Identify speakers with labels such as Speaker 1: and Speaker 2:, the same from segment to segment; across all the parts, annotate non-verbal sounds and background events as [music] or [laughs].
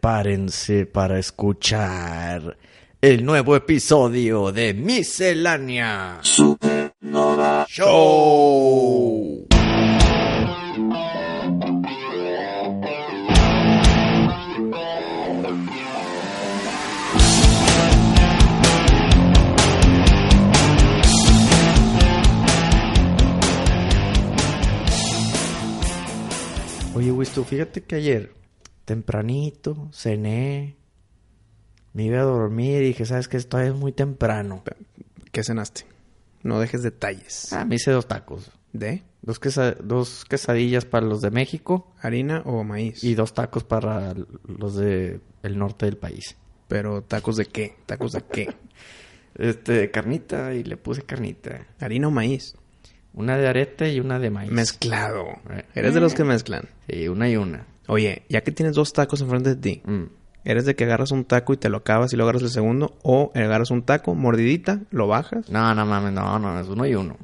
Speaker 1: Prepárense para escuchar el nuevo episodio de Miscelánea
Speaker 2: Supernova
Speaker 1: Show. Oye, Wisto, fíjate que ayer, tempranito, cené, me iba a dormir y dije, ¿sabes qué? Esto es muy temprano.
Speaker 3: ¿Qué cenaste? No dejes detalles.
Speaker 1: Ah, me hice dos tacos.
Speaker 3: ¿De
Speaker 1: Dos, quesa- dos quesadillas para los de México
Speaker 3: harina o maíz?
Speaker 1: y dos tacos para los de el norte del país.
Speaker 3: Pero tacos de qué? ¿Tacos de qué?
Speaker 1: Este, carnita y le puse carnita.
Speaker 3: ¿Harina o maíz?
Speaker 1: Una de arete y una de maíz.
Speaker 3: Mezclado.
Speaker 1: Eh.
Speaker 3: Eres de los que mezclan.
Speaker 1: Sí, una y una.
Speaker 3: Oye, ya que tienes dos tacos enfrente de ti,
Speaker 1: Mm.
Speaker 3: ¿eres de que agarras un taco y te lo acabas y lo agarras el segundo? ¿O agarras un taco, mordidita, lo bajas?
Speaker 1: No, no mames, no, no, es uno y uno.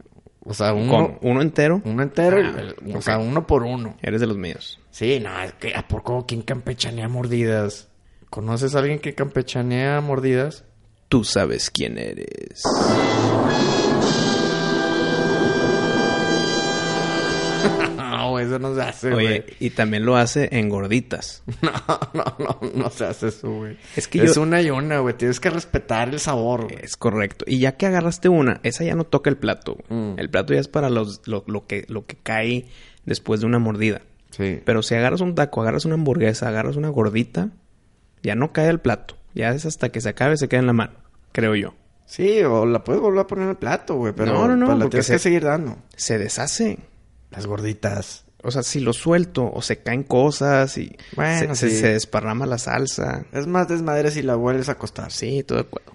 Speaker 1: O sea, uno,
Speaker 3: ¿Con uno entero?
Speaker 1: uno entero, y-
Speaker 3: Ah,
Speaker 1: o sea, uno por uno.
Speaker 3: Eres de los míos.
Speaker 1: Sí, no, es que ¿a poco quién campechanea mordidas? ¿Conoces a alguien que campechanea mordidas? [laughs]
Speaker 3: Tú sabes quién eres.
Speaker 1: No, eso no se hace, güey. [laughs]
Speaker 3: Oye, y también lo hace en gorditas.
Speaker 1: No, no, no, no se hace eso, güey.
Speaker 3: Es que
Speaker 1: es
Speaker 3: yo-
Speaker 1: una y una, güey. Tienes que respetar el sabor, güey.
Speaker 3: Es correcto. Y ya que agarraste una, esa ya no toca el plato.
Speaker 1: Mm.
Speaker 3: El plato ya es para los, lo, lo que, lo que cae después de una mordida.
Speaker 1: Sí.
Speaker 3: Pero si agarras un taco, agarras una hamburguesa, agarras una gordita, ya no cae el plato. Ya es hasta que se acabe, se queda en la mano, creo yo.
Speaker 1: Sí, o la puedes volver a poner en el plato, güey. Pero
Speaker 3: No, no, no,
Speaker 1: pues la
Speaker 3: porque
Speaker 1: tienes
Speaker 3: se-
Speaker 1: que seguir dando.
Speaker 3: Se deshace.
Speaker 1: Las gorditas.
Speaker 3: O sea, si lo suelto, o se caen cosas y
Speaker 1: Bueno,
Speaker 3: se, se-
Speaker 1: sí.
Speaker 3: se desparrama la salsa.
Speaker 1: Es más desmadre si la vuelves a acostar.
Speaker 3: Sí, todo de acuerdo.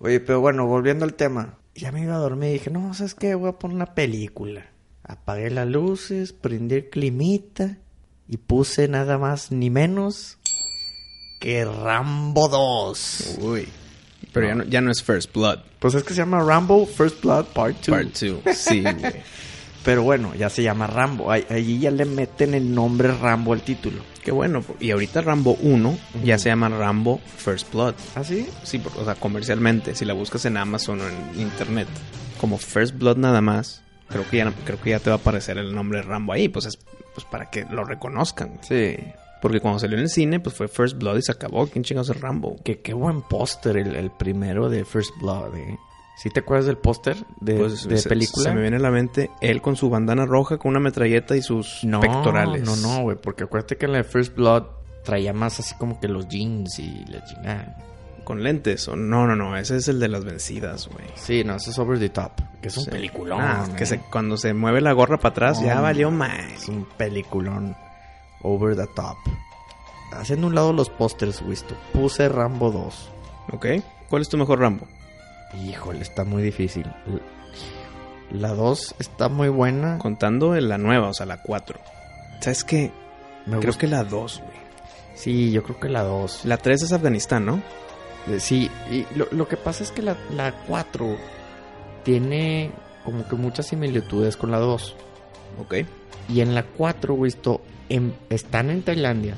Speaker 1: Oye, pero bueno, volviendo al tema. Ya me iba a dormir y dije, no, ¿sabes qué? Voy a poner una película. Apagué las luces, prendí el climita y puse nada más ni menos que Rambo 2.
Speaker 3: Uy. Pero Ya, no, ya no es First Blood,
Speaker 1: Pues es que se llama Rambo First Blood Part 2.
Speaker 3: Part 2. [laughs] Sí, güey.
Speaker 1: Pero bueno, ya se llama Rambo. Ay- Allí ya le meten el nombre Rambo al título.
Speaker 3: Qué bueno. Y ahorita Rambo 1 ya se llama Rambo First Blood.
Speaker 1: ¿Ah, sí?
Speaker 3: Sí, por- o sea, comercialmente, si la buscas en Amazon o en internet, como First Blood nada más, creo que ya, creo que ya te va a aparecer el nombre de Rambo ahí, pues es pues para que lo reconozcan. güey.
Speaker 1: Sí.
Speaker 3: Porque cuando salió en el cine, pues fue First Blood y se acabó. ¿Quién chingados es Rambo?
Speaker 1: Que qué buen póster el, el primero de First Blood, ¿eh? ¿Sí te acuerdas del póster de,
Speaker 3: Pues,
Speaker 1: de
Speaker 3: se-
Speaker 1: película?
Speaker 3: Se me viene a la mente él con su bandana roja, con una metralleta y sus pectorales.
Speaker 1: No, no, güey, porque acuérdate que en la de First Blood traía más así como que los jeans y la chingada.
Speaker 3: Con lentes. o- No, no, no. Ese es el de las vencidas, güey.
Speaker 1: Sí, no, eso es Over the Top, que es un
Speaker 3: Sí.
Speaker 1: peliculón.
Speaker 3: Ah, que
Speaker 1: eh.
Speaker 3: se- cuando se mueve la gorra para atrás, ya
Speaker 1: No,
Speaker 3: valió
Speaker 1: no,
Speaker 3: más.
Speaker 1: Es un peliculón Over the Top. Haciendo un lado los pósters, Wisto. Puse Rambo 2.
Speaker 3: ¿Ok? ¿Cuál es tu mejor Rambo?
Speaker 1: Híjole, está muy difícil. La 2 está muy buena.
Speaker 3: Contando en la nueva, o sea, la 4. ¿Sabes qué?
Speaker 1: Me
Speaker 3: Creo
Speaker 1: gusta-
Speaker 3: que la 2, güey.
Speaker 1: Sí, yo creo que la 2.
Speaker 3: La 3 es Afganistán, ¿no?
Speaker 1: Eh, Sí, y lo, lo que pasa es que la, la 4 tiene como que muchas similitudes con la 2.
Speaker 3: Ok.
Speaker 1: Y en la 4, güey, esto, en- están en Tailandia.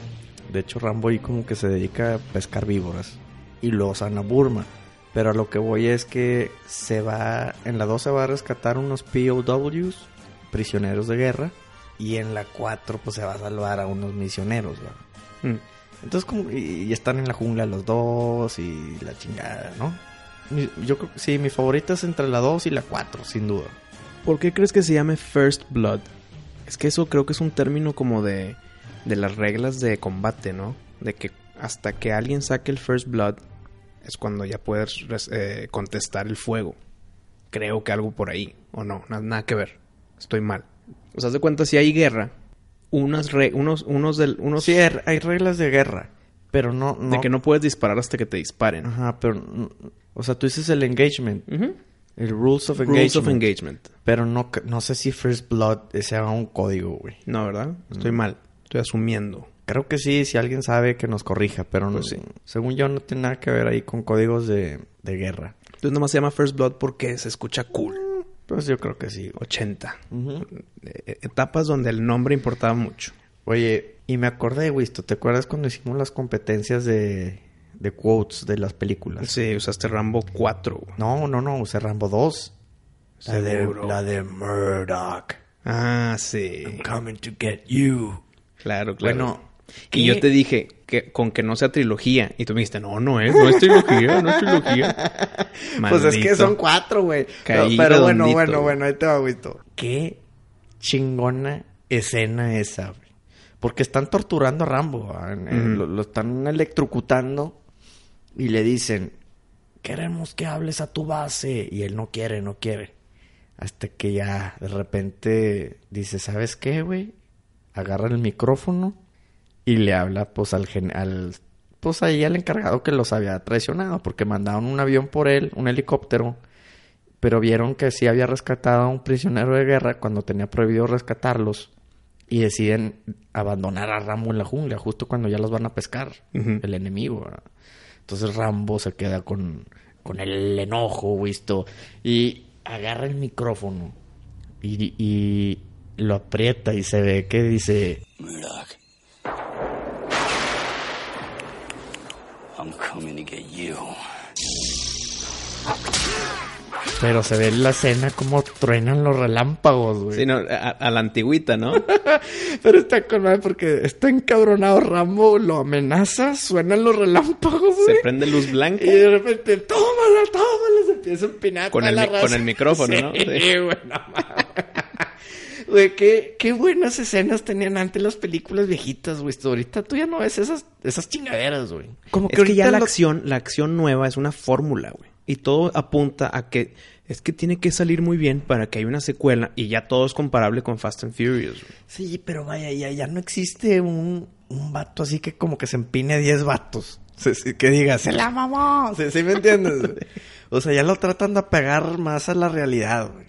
Speaker 1: De hecho, Rambo ahí como que se dedica a pescar víboras. Y luego sana Burma. Pero a lo que voy es que se va. En la 2 se va a rescatar unos POWs, prisioneros de guerra. Y en la 4, pues se va a salvar a unos misioneros, güey.
Speaker 3: Mm.
Speaker 1: Entonces, como, y, y están en la jungla los dos y la chingada, ¿no? Mi- yo creo que sí, mi favorita es entre la 2 y la 4, sin duda.
Speaker 3: ¿Por qué crees que se llame First Blood? Es que eso creo que es un término como de, de las reglas de combate, ¿no? De que hasta que alguien saque el First Blood es cuando ya puedes res- eh, contestar el fuego. Creo que algo por ahí, o no, na- nada que ver. Estoy mal. O sea, haz de cuenta, si hay guerra, unas re- unos, unos, del, unos
Speaker 1: Sí, hay, hay reglas de guerra, pero no... no,
Speaker 3: de que no puedes disparar hasta que te disparen.
Speaker 1: Ajá, pero... no- O sea, tú dices el engagement,
Speaker 3: Ujú.
Speaker 1: el rules of engagement.
Speaker 3: Rules of engagement.
Speaker 1: Pero no, c- no sé si First Blood sea un código, güey.
Speaker 3: No, ¿verdad? Mm. Estoy mal. Estoy asumiendo.
Speaker 1: Creo que sí, si alguien sabe que nos corrija, pero no,
Speaker 3: Pues sí.
Speaker 1: según yo no tiene nada que ver ahí con códigos de, de guerra.
Speaker 3: Entonces nomás se llama First Blood porque se escucha cool.
Speaker 1: Pues yo creo que sí, güey.
Speaker 3: 80.
Speaker 1: Ujú.
Speaker 3: E, Eh, Etapas donde el nombre importaba mucho.
Speaker 1: Oye, Y me acordé, güey, ¿tú ¿te acuerdas cuando hicimos las competencias de, de quotes de las películas?
Speaker 3: Sí, usaste Rambo 4. güey.
Speaker 1: No, no, no, usé Rambo 2. La de,
Speaker 3: Seguro.
Speaker 1: la de Murdoch.
Speaker 3: Ah, sí.
Speaker 1: Coming to get you.
Speaker 3: Claro, claro.
Speaker 1: Bueno,
Speaker 3: y yo
Speaker 1: ¿qué?
Speaker 3: te dije que con que no sea trilogía. Y tú me dijiste, no, no es, no es trilogía, no es trilogía.
Speaker 1: [laughs] Pues es que
Speaker 3: Maldito.
Speaker 1: son cuatro, güey.
Speaker 3: Caí
Speaker 1: No, pero bueno,
Speaker 3: redondito,
Speaker 1: bueno,
Speaker 3: güey.
Speaker 1: bueno, ahí te va, Wisto. Qué chingona escena esa, güey. Porque están torturando a Rambo. ¿ah? En- en-
Speaker 3: Ujú.
Speaker 1: lo, lo están electrocutando y le dicen: Queremos que hables a tu base. Y él no quiere, no quiere. Hasta que ya de repente dice: ¿Sabes qué, güey? Agarra el micrófono y le habla pues al gen- al pues ahí al encargado que los había traicionado porque mandaron un avión por él, un helicóptero, pero vieron que sí había rescatado a un prisionero de guerra cuando tenía prohibido rescatarlos y deciden abandonar a Rambo en la jungla justo cuando ya los van a pescar
Speaker 3: Ujú.
Speaker 1: el enemigo. ¿verdad? Entonces Rambo se queda con con el enojo, visto, y agarra el micrófono y, y lo aprieta y se ve que dice
Speaker 4: Murdoch. I'm coming to get you.
Speaker 1: Pero se ve en la escena como truenan los relámpagos, güey.
Speaker 3: Sí, no, a, a la
Speaker 1: [laughs]
Speaker 3: antigüita, ¿no?
Speaker 1: Pero está con madre porque está encabronado Rambo, lo amenaza, suenan los relámpagos,
Speaker 3: Se
Speaker 1: güey.
Speaker 3: prende luz blanca.
Speaker 1: Y de repente, tómala, tómala, se empieza a empinar.
Speaker 3: Con
Speaker 1: toda
Speaker 3: el
Speaker 1: la
Speaker 3: mi-
Speaker 1: raza.
Speaker 3: con el micrófono,
Speaker 1: Sí,
Speaker 3: ¿no?
Speaker 1: güey,
Speaker 3: Sí.
Speaker 1: no mames. Güey, qué, qué buenas escenas tenían antes las películas viejitas, güey. Ahorita tú ya no ves esas, esas chingaderas, güey. Como
Speaker 3: Es que ya
Speaker 1: ahorita
Speaker 3: la
Speaker 1: lo-
Speaker 3: acción, la acción nueva es una fórmula, güey. Y todo apunta a que es que tiene que salir muy bien para que haya una secuela y ya todo es comparable con Fast and Furious. güey.
Speaker 1: Sí, pero vaya, ya, ya no existe un, un vato así que como que se empine a 10 vatos. Sí, sí, que diga, se la mamó. Sí, sí me
Speaker 3: [laughs]
Speaker 1: entiendes. o sea, ya lo tratan de pegar más a la realidad, güey.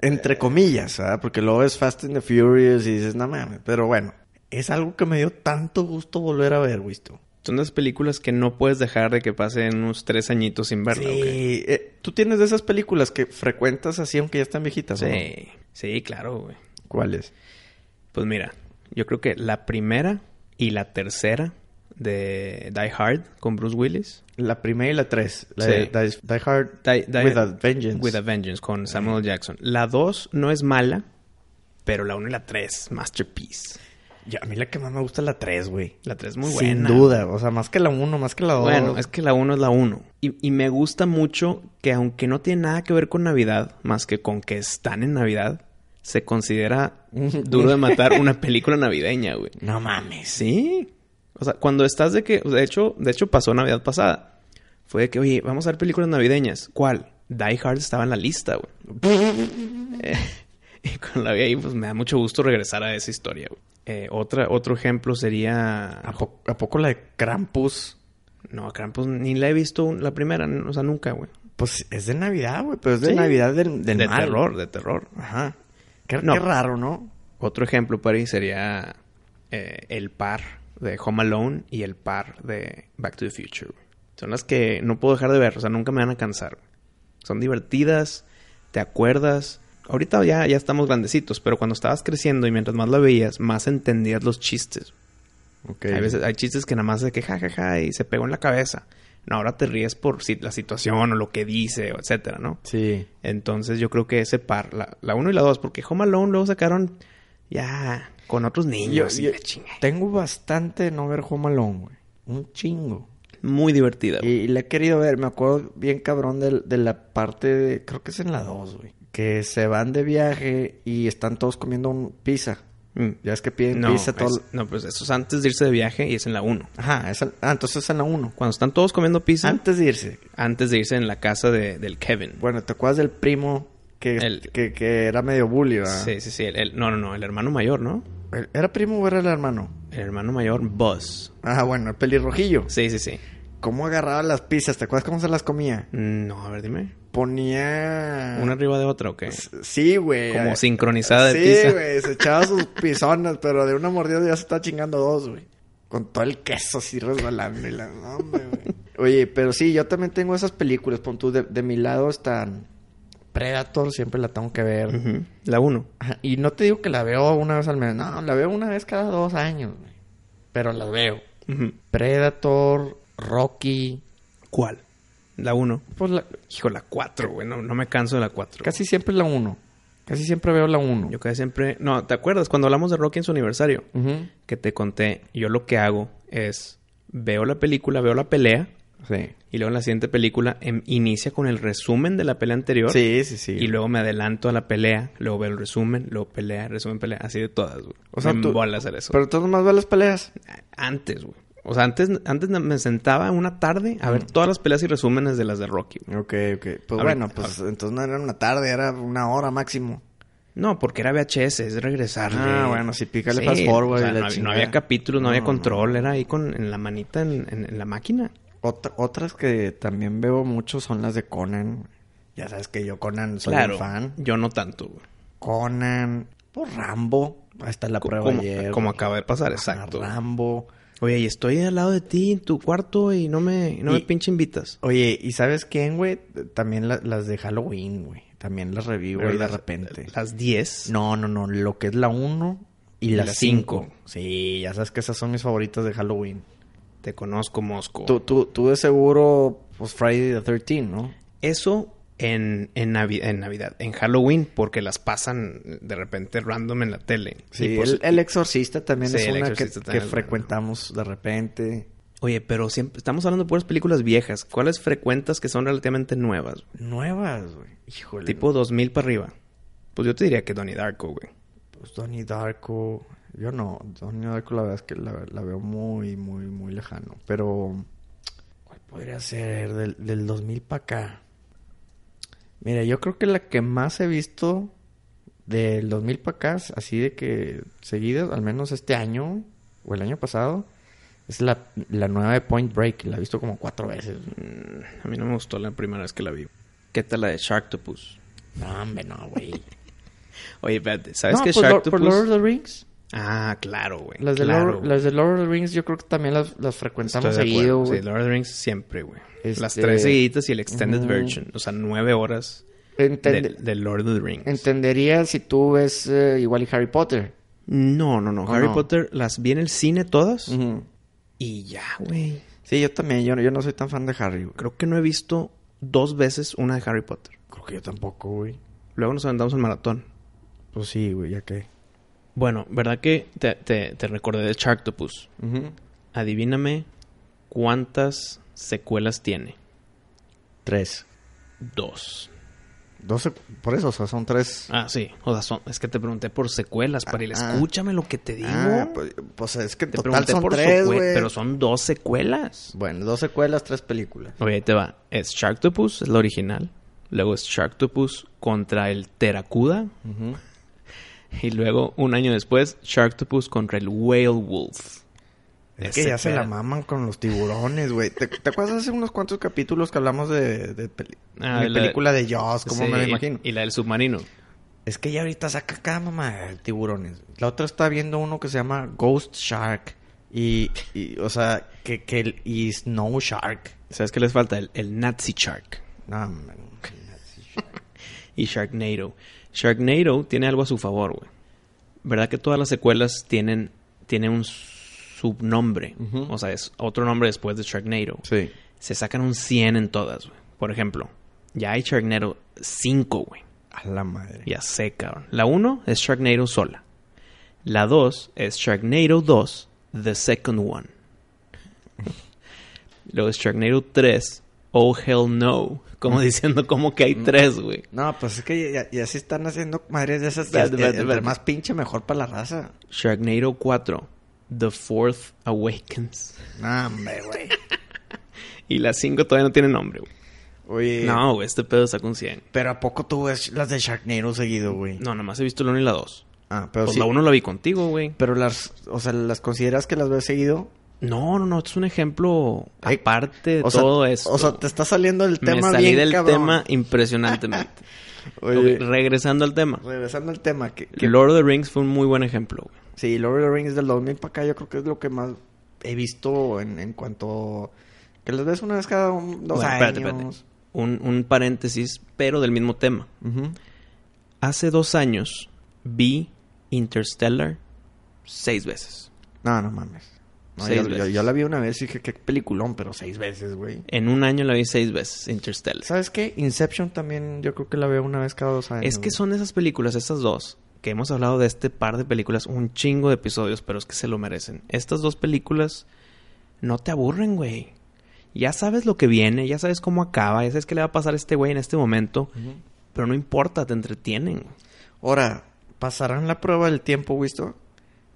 Speaker 1: Entre comillas, ¿verdad? Porque luego es Fast and the Furious y dices, no mames. Pero bueno, es algo que me dio tanto gusto volver a ver, visto.
Speaker 3: Son las películas que no puedes dejar de que pasen unos tres añitos sin verla. ¿ok?
Speaker 1: Sí, eh, tú tienes de esas películas que frecuentas así, aunque ya están viejitas, ¿o no?
Speaker 3: Sí, sí, claro, güey.
Speaker 1: ¿Cuáles?
Speaker 3: Pues mira, yo creo que la primera y la tercera de Die Hard con Bruce Willis.
Speaker 1: La primera y la tres. La
Speaker 3: Sí.
Speaker 1: de Die, Die Hard
Speaker 3: Die- Die-
Speaker 1: with a Vengeance.
Speaker 3: With a Vengeance con Samuel Jackson. La 2 no es mala, pero la 1 y la 3, masterpiece.
Speaker 1: Ya, a mí la que más me gusta es la 3, güey.
Speaker 3: La 3 muy
Speaker 1: Sin
Speaker 3: buena.
Speaker 1: duda, o sea, más que la 1, más que la 2.
Speaker 3: Bueno, es que la 1 es la 1. Y, y me gusta mucho que aunque no tiene nada que ver con Navidad, más que con que están en Navidad, se considera duro de matar una película navideña, güey.
Speaker 1: No mames.
Speaker 3: Sí. O sea, cuando estás de que, de hecho, de hecho pasó Navidad pasada. Fue de que, oye, vamos a ver películas navideñas. ¿Cuál? Die Hard estaba en la lista, güey. Eh, [laughs] y cuando la vi ahí, pues me da mucho gusto regresar a esa historia, güey. Eh, otra, otro ejemplo sería...
Speaker 1: ¿A, po- a poco la de Krampus?
Speaker 3: No, Krampus ni la he visto un- la primera, n- o sea, nunca, güey.
Speaker 1: Pues es de Navidad, güey, pero es de
Speaker 3: Sí.
Speaker 1: Navidad del, del
Speaker 3: de
Speaker 1: mal.
Speaker 3: terror, de terror.
Speaker 1: Ajá. Qué,
Speaker 3: No.
Speaker 1: qué raro, ¿no?
Speaker 3: Otro ejemplo, Pari, sería eh, el par de Home Alone y el par de Back to the Future. güey. Son las que no puedo dejar de ver, o sea, nunca me van a cansar. güey. Son divertidas, te acuerdas. Ahorita ya, ya estamos grandecitos, pero cuando estabas creciendo y mientras más la veías, más entendías los chistes.
Speaker 1: Ok.
Speaker 3: Hay, veces, hay chistes que nada más de que jajaja y se pegó en la cabeza. No, ahora te ríes por si- la situación o lo que dice, o etcétera, ¿no?
Speaker 1: Sí.
Speaker 3: Entonces yo creo que ese par, la, la 1 y la 2, porque Home Alone luego sacaron ya con otros niños.
Speaker 1: Yo-
Speaker 3: y
Speaker 1: yo-
Speaker 3: la chinga.
Speaker 1: Tengo bastante de no ver Home Alone, güey. Un chingo.
Speaker 3: Muy divertida.
Speaker 1: Y,
Speaker 3: güey.
Speaker 1: y la he querido ver, me acuerdo bien cabrón del- de, la parte de, creo que es en la 2, güey. Que se van de viaje y están todos comiendo un pizza.
Speaker 3: Mm.
Speaker 1: Ya es que piden
Speaker 3: No,
Speaker 1: pizza todo.
Speaker 3: es- no, pues eso es antes de irse de viaje y es en la 1.
Speaker 1: Ajá, esa- ah, entonces es en la 1.
Speaker 3: Cuando están todos comiendo pizza,
Speaker 1: Antes
Speaker 3: antes,
Speaker 1: de irse,
Speaker 3: de irse en la casa de- del Kevin.
Speaker 1: bueno, ¿te acuerdas del primo que,
Speaker 3: El-
Speaker 1: que, que era medio bully, verdad?
Speaker 3: Sí, sí, sí. el- el- no, no, no. El hermano mayor, ¿no?
Speaker 1: ¿El- ¿Era primo o era el hermano?
Speaker 3: El hermano mayor, Buzz.
Speaker 1: Ah, bueno, el pelirrojillo.
Speaker 3: Sí, sí, sí.
Speaker 1: ¿Cómo agarraba las pizzas? ¿Te acuerdas cómo se las comía?
Speaker 3: No, a ver, dime.
Speaker 1: Ponía...
Speaker 3: ¿Una arriba de otra o qué?
Speaker 1: S- Sí, güey.
Speaker 3: Como
Speaker 1: Ah,
Speaker 3: sincronizada de
Speaker 1: sí,
Speaker 3: pizza.
Speaker 1: güey. Se echaba sus pizonas, pero de una mordida ya se está chingando dos, güey. Con todo el queso así resbalando y la... no, hombre, güey. Oye, pero sí, yo también tengo esas películas. Pon tú, de, de mi lado están... Predator, siempre la tengo que ver.
Speaker 3: Ujú, La 1.
Speaker 1: Ajá, Y no te digo que la veo una vez al mes. No, la veo una vez cada dos años, güey. pero las veo.
Speaker 3: Ujú.
Speaker 1: Predator, Rocky,
Speaker 3: ¿Cuál? La 1.
Speaker 1: pues la-
Speaker 3: Hijo, la 4, güey. No, no me canso de la 4.
Speaker 1: casi siempre la 1. Casi siempre veo la 1.
Speaker 3: Yo casi siempre... No, ¿te acuerdas? Cuando hablamos de Rocky en su aniversario.
Speaker 1: Ujú.
Speaker 3: Que te conté. Yo lo que hago es... Veo la película, veo la pelea.
Speaker 1: Sí.
Speaker 3: Y luego en la siguiente película em- inicia con el resumen de la pelea anterior.
Speaker 1: Sí, sí, sí.
Speaker 3: Y luego me adelanto a la pelea. Luego veo el resumen. Luego pelea, resumen, pelea. Así de todas, güey.
Speaker 1: O sea,
Speaker 3: me
Speaker 1: tú-
Speaker 3: embola hacer eso.
Speaker 1: Pero tú nomás ves las peleas.
Speaker 3: Antes, güey. O sea, antes, antes me sentaba una tarde a ver todas las peleas y resúmenes de las de Rocky, güey.
Speaker 1: Ok, ok. Pues
Speaker 3: Ahorita-
Speaker 1: bueno, pues entonces no era una tarde, era una hora máximo.
Speaker 3: No, porque era VHS, es regresarle.
Speaker 1: Ah, bueno, sí, pícale fast forward
Speaker 3: o sea,
Speaker 1: y la
Speaker 3: no, había- no
Speaker 1: chingada.
Speaker 3: había capítulos, no,
Speaker 1: No,
Speaker 3: había
Speaker 1: no.
Speaker 3: control, era ahí con en la manita en, en- en la máquina.
Speaker 1: Otra- otras que también veo mucho son las de Conan. Ya sabes que yo Conan soy un fan.
Speaker 3: Yo no tanto, güey.
Speaker 1: Conan, por Rambo. Ahí está la prueba
Speaker 3: Como,
Speaker 1: ayer.
Speaker 3: como acaba de pasar,
Speaker 1: Ajá,
Speaker 3: exacto.
Speaker 1: Rambo.
Speaker 3: Oye, y estoy al lado de ti en tu cuarto y no me, no me
Speaker 1: Y-
Speaker 3: pinche invitas.
Speaker 1: Oye, ¿y sabes quién, güey? También la- las de Halloween, güey. También las revivo
Speaker 3: Pero
Speaker 1: y de
Speaker 3: las-
Speaker 1: repente.
Speaker 3: Las 10.
Speaker 1: No, no, no. Lo que es la 1 y,
Speaker 3: Y
Speaker 1: la
Speaker 3: la
Speaker 1: 5.
Speaker 3: cinco.
Speaker 1: Sí, ya sabes que esas son mis favoritas de Halloween.
Speaker 3: Te conozco, Mosco.
Speaker 1: Tú, tú, tú de seguro, pues Friday the 13, ¿no?
Speaker 3: Eso en, en, Navi- en Navidad, en Halloween, porque las pasan de repente random en la tele.
Speaker 1: Sí,
Speaker 3: Y pues-
Speaker 1: el, el Exorcista también
Speaker 3: Sí,
Speaker 1: es
Speaker 3: El
Speaker 1: una que,
Speaker 3: Exorcista
Speaker 1: que
Speaker 3: también es bueno.
Speaker 1: frecuentamos de repente.
Speaker 3: Oye, pero siempre estamos hablando de puras películas viejas. ¿Cuáles frecuentas que son relativamente nuevas?
Speaker 1: Nuevas, güey. Híjole.
Speaker 3: Tipo 2000 para arriba. Pues yo te diría que Donnie Darko, güey.
Speaker 1: Pues Donnie Darko. Yo no. Donnie Darko la verdad es que la, la veo muy, muy, muy lejano. Pero... ¿Cuál podría ser? Del, del 2000 para acá. Mira, yo creo que la que más he visto del 2000 para acá, así de que seguidas, al menos este año o el año pasado, es la, la nueva de Point Break. La he visto como cuatro veces.
Speaker 3: Mm, A mí no me gustó la primera vez que la vi. ¿Qué tal la de Sharktopus?
Speaker 1: No, hombre, no, güey.
Speaker 3: Oye, espérate, ¿sabes
Speaker 1: no,
Speaker 3: qué
Speaker 1: por Lord, por
Speaker 3: Sharktopus?
Speaker 1: Lord of the Rings.
Speaker 3: Ah, claro, güey.
Speaker 1: Las de,
Speaker 3: claro,
Speaker 1: Lord,
Speaker 3: güey.
Speaker 1: las de Lord of the Rings yo creo que también las, las
Speaker 3: Estoy
Speaker 1: frecuentamos
Speaker 3: de
Speaker 1: seguido,
Speaker 3: acuerdo.
Speaker 1: güey.
Speaker 3: Sí, Lord of the Rings siempre, güey. Las
Speaker 1: Este-
Speaker 3: tres seguiditas y el Extended
Speaker 1: Ujú.
Speaker 3: Version. O sea, nueve horas de,
Speaker 1: Entende-
Speaker 3: de Lord of the Rings.
Speaker 1: Entendería si tú ves eh, igual y Harry Potter.
Speaker 3: no, no, no.
Speaker 1: ¿O
Speaker 3: Harry
Speaker 1: no?
Speaker 3: Potter las vi en el cine todas. Y ya, güey.
Speaker 1: Sí, yo también. Yo, yo no soy tan fan de Harry, güey.
Speaker 3: Creo que no he visto dos veces una de Harry Potter.
Speaker 1: Creo que yo tampoco, güey.
Speaker 3: Luego nos aventamos al maratón.
Speaker 1: Pues sí, güey, ya que.
Speaker 3: Bueno, ¿verdad que te, te- te recordé de Sharktopus? Adivíname cuántas secuelas tiene.
Speaker 1: Tres.
Speaker 3: Dos.
Speaker 1: Doce, por eso, o sea, son tres.
Speaker 3: Ah, sí. O sea, son- es que te pregunté por secuelas, para ir.
Speaker 1: Ah.
Speaker 3: Escúchame lo que te digo.
Speaker 1: Ah, pues, pues es que en
Speaker 3: te
Speaker 1: total
Speaker 3: pregunté
Speaker 1: son
Speaker 3: por
Speaker 1: tres,
Speaker 3: secue-
Speaker 1: güey.
Speaker 3: Pero son dos secuelas.
Speaker 1: Bueno, dos secuelas, tres películas.
Speaker 3: Oye, ahí te va. Es Sharktopus, es la original. Luego es Sharktopus contra el Teracuda. Y luego, un año después, Sharktopus contra el Whale Wolf.
Speaker 1: Es
Speaker 3: Ese
Speaker 1: que ya se
Speaker 3: pedo.
Speaker 1: la maman con los tiburones, güey. ¿Te, te acuerdas hace unos cuantos capítulos que hablamos de, de peli-
Speaker 3: Ah,
Speaker 1: mi
Speaker 3: de la-
Speaker 1: película de Jaws? ¿Cómo
Speaker 3: Sí,
Speaker 1: me la
Speaker 3: y-
Speaker 1: imagino?
Speaker 3: Y la del submarino.
Speaker 1: Es que ya ahorita saca cada mamá de tiburones. La otra está viendo uno que se llama Ghost Shark. Y, y, o sea, que, que el- y Snow Shark.
Speaker 3: ¿Sabes qué les falta? El, el Nazi Shark
Speaker 1: No, man.
Speaker 3: y Sharknado. Sharknado tiene algo a su favor, güey. ¿Verdad que todas las secuelas tienen, tienen un subnombre?
Speaker 1: Ujú.
Speaker 3: O sea, es otro nombre después de Sharknado.
Speaker 1: Sí.
Speaker 3: Se sacan un 100 en todas, güey. Por ejemplo, ya hay Sharknado 5, güey.
Speaker 1: A la madre.
Speaker 3: Ya sé, cabrón. La 1 es Sharknado sola. La 2 es Sharknado 2, The Second One. [laughs] Luego es Sharknado 3, Oh Hell No.
Speaker 1: Mm.
Speaker 3: Como diciendo, como que hay tres, güey.
Speaker 1: No, pues es que ya, ya se están haciendo madres de esas.
Speaker 3: Espérate, espérate,
Speaker 1: entre
Speaker 3: espérate.
Speaker 1: más pinche, mejor para la raza.
Speaker 3: Sharknado 4, The Fourth Awakens.
Speaker 1: No, hombre,
Speaker 3: [laughs]
Speaker 1: güey.
Speaker 3: Y la 5 todavía no tiene nombre, güey.
Speaker 1: Oye.
Speaker 3: No, güey, este pedo sacó un 100.
Speaker 1: Pero ¿a poco tú ves las de Sharknado seguido, güey?
Speaker 3: No, nomás he visto la 1 y la 2.
Speaker 1: Ah, pero
Speaker 3: Pues
Speaker 1: sí.
Speaker 3: la 1 la vi contigo, güey.
Speaker 1: Pero las, o sea, ¿las consideras que las ves seguido?
Speaker 3: No, no, no, es un ejemplo
Speaker 1: Ay,
Speaker 3: aparte de
Speaker 1: o sea,
Speaker 3: todo esto.
Speaker 1: O sea, te está saliendo el
Speaker 3: Me
Speaker 1: tema
Speaker 3: salí
Speaker 1: bien
Speaker 3: del
Speaker 1: cabrón.
Speaker 3: tema impresionantemente.
Speaker 1: [laughs] Oye,
Speaker 3: Ok, regresando al tema.
Speaker 1: regresando al tema. Que, que-
Speaker 3: Lord of the Rings fue un muy buen ejemplo. güey.
Speaker 1: Sí, Lord of the Rings del 2000 para acá yo creo que es lo que más he visto en, en cuanto... Que las ves una vez cada un- dos
Speaker 3: Bueno,
Speaker 1: años.
Speaker 3: espérate, espérate. Un, un paréntesis, pero del mismo tema.
Speaker 1: Ujú.
Speaker 3: Hace dos años vi Interstellar seis veces.
Speaker 1: No, no mames. No,
Speaker 3: Seis
Speaker 1: yo, yo-
Speaker 3: veces.
Speaker 1: yo la vi una vez y dije, qué peliculón, pero seis veces, güey.
Speaker 3: En un año la vi seis veces, Interstellar.
Speaker 1: ¿Sabes qué? Inception también yo creo que la veo una vez cada dos años.
Speaker 3: Es que
Speaker 1: güey.
Speaker 3: son esas películas, estas dos, que hemos hablado de este par de películas, un chingo de episodios, pero es que se lo merecen. Estas dos películas no te aburren, güey. Ya sabes lo que viene, ya sabes cómo acaba, ya sabes qué le va a pasar a este güey en este momento,
Speaker 1: Ujú.
Speaker 3: pero no importa, te entretienen.
Speaker 1: Ahora, ¿pasarán la prueba del tiempo, Wisto?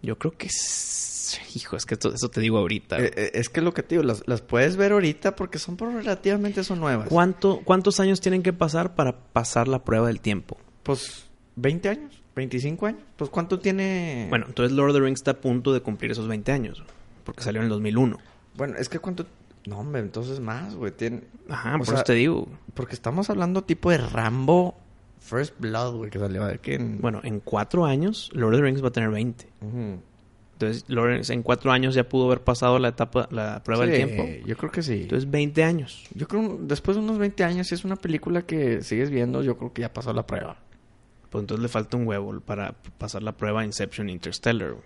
Speaker 3: Yo creo que es... Hijo, es que esto- eso te digo ahorita.
Speaker 1: Eh, eh, es que lo que te digo, las, las puedes ver ahorita porque son por- relativamente son nuevas.
Speaker 3: ¿Cuánto, ¿Cuántos años tienen que pasar para pasar la prueba del tiempo?
Speaker 1: Pues, ¿20 años? ¿25 años? Pues, ¿cuánto tiene...?
Speaker 3: Bueno, entonces Lord of the Rings está a punto de cumplir esos 20 años, porque salió en el 2001.
Speaker 1: Bueno, es que cuánto... No, hombre, entonces más, güey. Tiene...
Speaker 3: Ajá,
Speaker 1: O
Speaker 3: por
Speaker 1: sea,
Speaker 3: eso te digo.
Speaker 1: Porque estamos hablando tipo de Rambo First Blood, güey, que salió de aquí en...
Speaker 3: Bueno, en cuatro años, Lord of the Rings va a tener 20.
Speaker 1: Ujú.
Speaker 3: Entonces, Lord of the Rings en cuatro años ya pudo haber pasado la etapa, la prueba
Speaker 1: Sí,
Speaker 3: del tiempo.
Speaker 1: Yo creo que sí.
Speaker 3: Entonces, 20 años.
Speaker 1: Yo creo un- después de unos 20 años, si es una película que sigues viendo, yo creo que ya pasó la prueba.
Speaker 3: Pues entonces le falta un huevo para pasar la prueba Inception Interstellar. güey.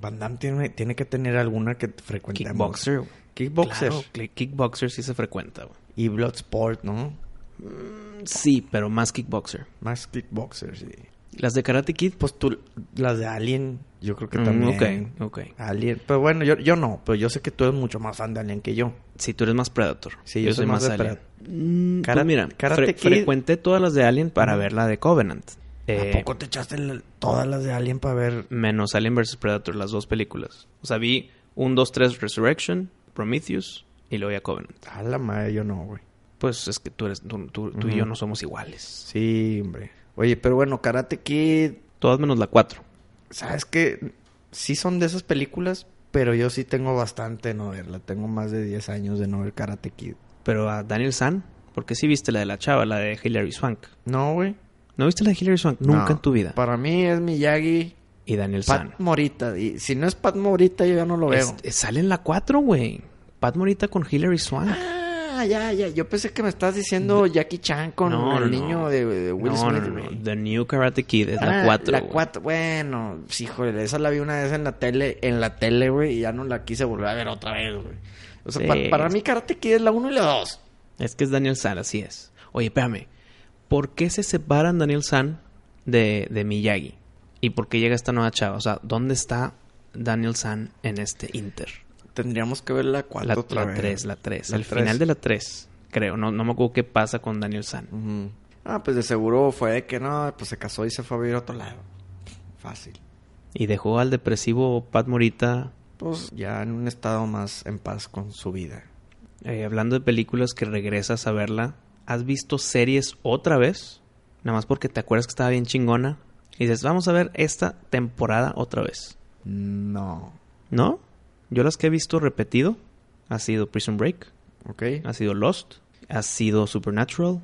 Speaker 1: Van Damme tiene, tiene que tener alguna que frecuentemos.
Speaker 3: Kickboxer. güey.
Speaker 1: Kickboxer.
Speaker 3: Claro, cli- kickboxer sí se frecuenta. güey.
Speaker 1: Y Bloodsport, ¿no?
Speaker 3: Sí, pero más kickboxer.
Speaker 1: Más Kickboxer, sí.
Speaker 3: Las de Karate Kid, pues
Speaker 1: Pues tú, las de Alien, yo creo que
Speaker 3: Mm,
Speaker 1: también.
Speaker 3: ok, ok.
Speaker 1: Alien. Pero bueno, yo, yo no. Pero yo sé que tú eres mucho más fan de Alien que yo.
Speaker 3: si tú eres más Predator.
Speaker 1: Sí, yo soy más de
Speaker 3: Alien. Mm,
Speaker 1: Karate-
Speaker 3: pues mira,
Speaker 1: Karate
Speaker 3: fre-
Speaker 1: Kid.
Speaker 3: frecuenté todas las de Alien para
Speaker 1: Ujú.
Speaker 3: ver la de Covenant. Eh,
Speaker 1: ¿A poco te echaste la- todas las de Alien para ver?
Speaker 3: menos Alien vs. Predator, las dos películas. O sea, vi 1, 2, 3 Resurrection, Prometheus y luego ya Covenant.
Speaker 1: A la madre, yo no, güey.
Speaker 3: Pues es que tú, eres, tú, tú- tú y
Speaker 1: Ujú.
Speaker 3: yo no somos iguales.
Speaker 1: Sí, hombre. Oye, pero bueno, Karate Kid,
Speaker 3: Todas menos la 4.
Speaker 1: ¿Sabes qué? Sí son de esas películas, pero yo sí tengo bastante de no verla. Tengo más de 10 años de no ver Karate Kid.
Speaker 3: Pero a Daniel San, porque sí viste la de la chava, la de Hilary Swank.
Speaker 1: No, güey.
Speaker 3: ¿No viste la de Hilary Swank? Nunca
Speaker 1: No.
Speaker 3: en tu vida.
Speaker 1: Para mí es Miyagi,
Speaker 3: Y Daniel San.
Speaker 1: Pat Morita. Y si no es Pat Morita, yo ya no lo veo.
Speaker 3: Es- es- sale en la 4, güey. Pat Morita con Hilary Swank.
Speaker 1: Ah, ya, ya. Yo pensé que me estás diciendo Jackie Chan con
Speaker 3: No,
Speaker 1: el
Speaker 3: no,
Speaker 1: niño
Speaker 3: no.
Speaker 1: de, de Will
Speaker 3: No,
Speaker 1: Smith,
Speaker 3: no, no.
Speaker 1: güey.
Speaker 3: The New Karate Kid es
Speaker 1: Ah,
Speaker 3: la 4.
Speaker 1: La 4, bueno, sí, híjole, esa la vi una vez en la tele, en la tele, güey, y ya no la quise volver a ver otra vez, güey. O sea,
Speaker 3: Sí.
Speaker 1: pa- para mí Karate Kid es la 1 y la 2.
Speaker 3: Es que es Daniel San, así es. Oye, espérame. ¿Por qué se separan Daniel San de, de Miyagi? ¿Y por qué llega esta nueva chava? O sea, ¿dónde está Daniel San en este Inter?
Speaker 1: Tendríamos que ver la 4
Speaker 3: La,
Speaker 1: otra
Speaker 3: la
Speaker 1: vez.
Speaker 3: 3, la 3.
Speaker 1: La
Speaker 3: Al
Speaker 1: tres.
Speaker 3: final de la 3, creo. No, no me acuerdo qué pasa con Daniel San.
Speaker 1: Ujú. Ah, pues de seguro fue de que no, pues se casó y se fue a vivir a otro lado. Fácil.
Speaker 3: Y dejó al depresivo Pat Morita.
Speaker 1: Pues ya en un estado más en paz con su vida.
Speaker 3: Eh, hablando de películas que regresas a verla, ¿has visto series otra vez? Nada más porque te acuerdas que estaba bien chingona. Y dices, vamos a ver esta temporada otra vez.
Speaker 1: No.
Speaker 3: ¿No? Yo las que he visto repetido ha sido Prison Break,
Speaker 1: ¿Ok?
Speaker 3: ha sido Lost, ha sido Supernatural,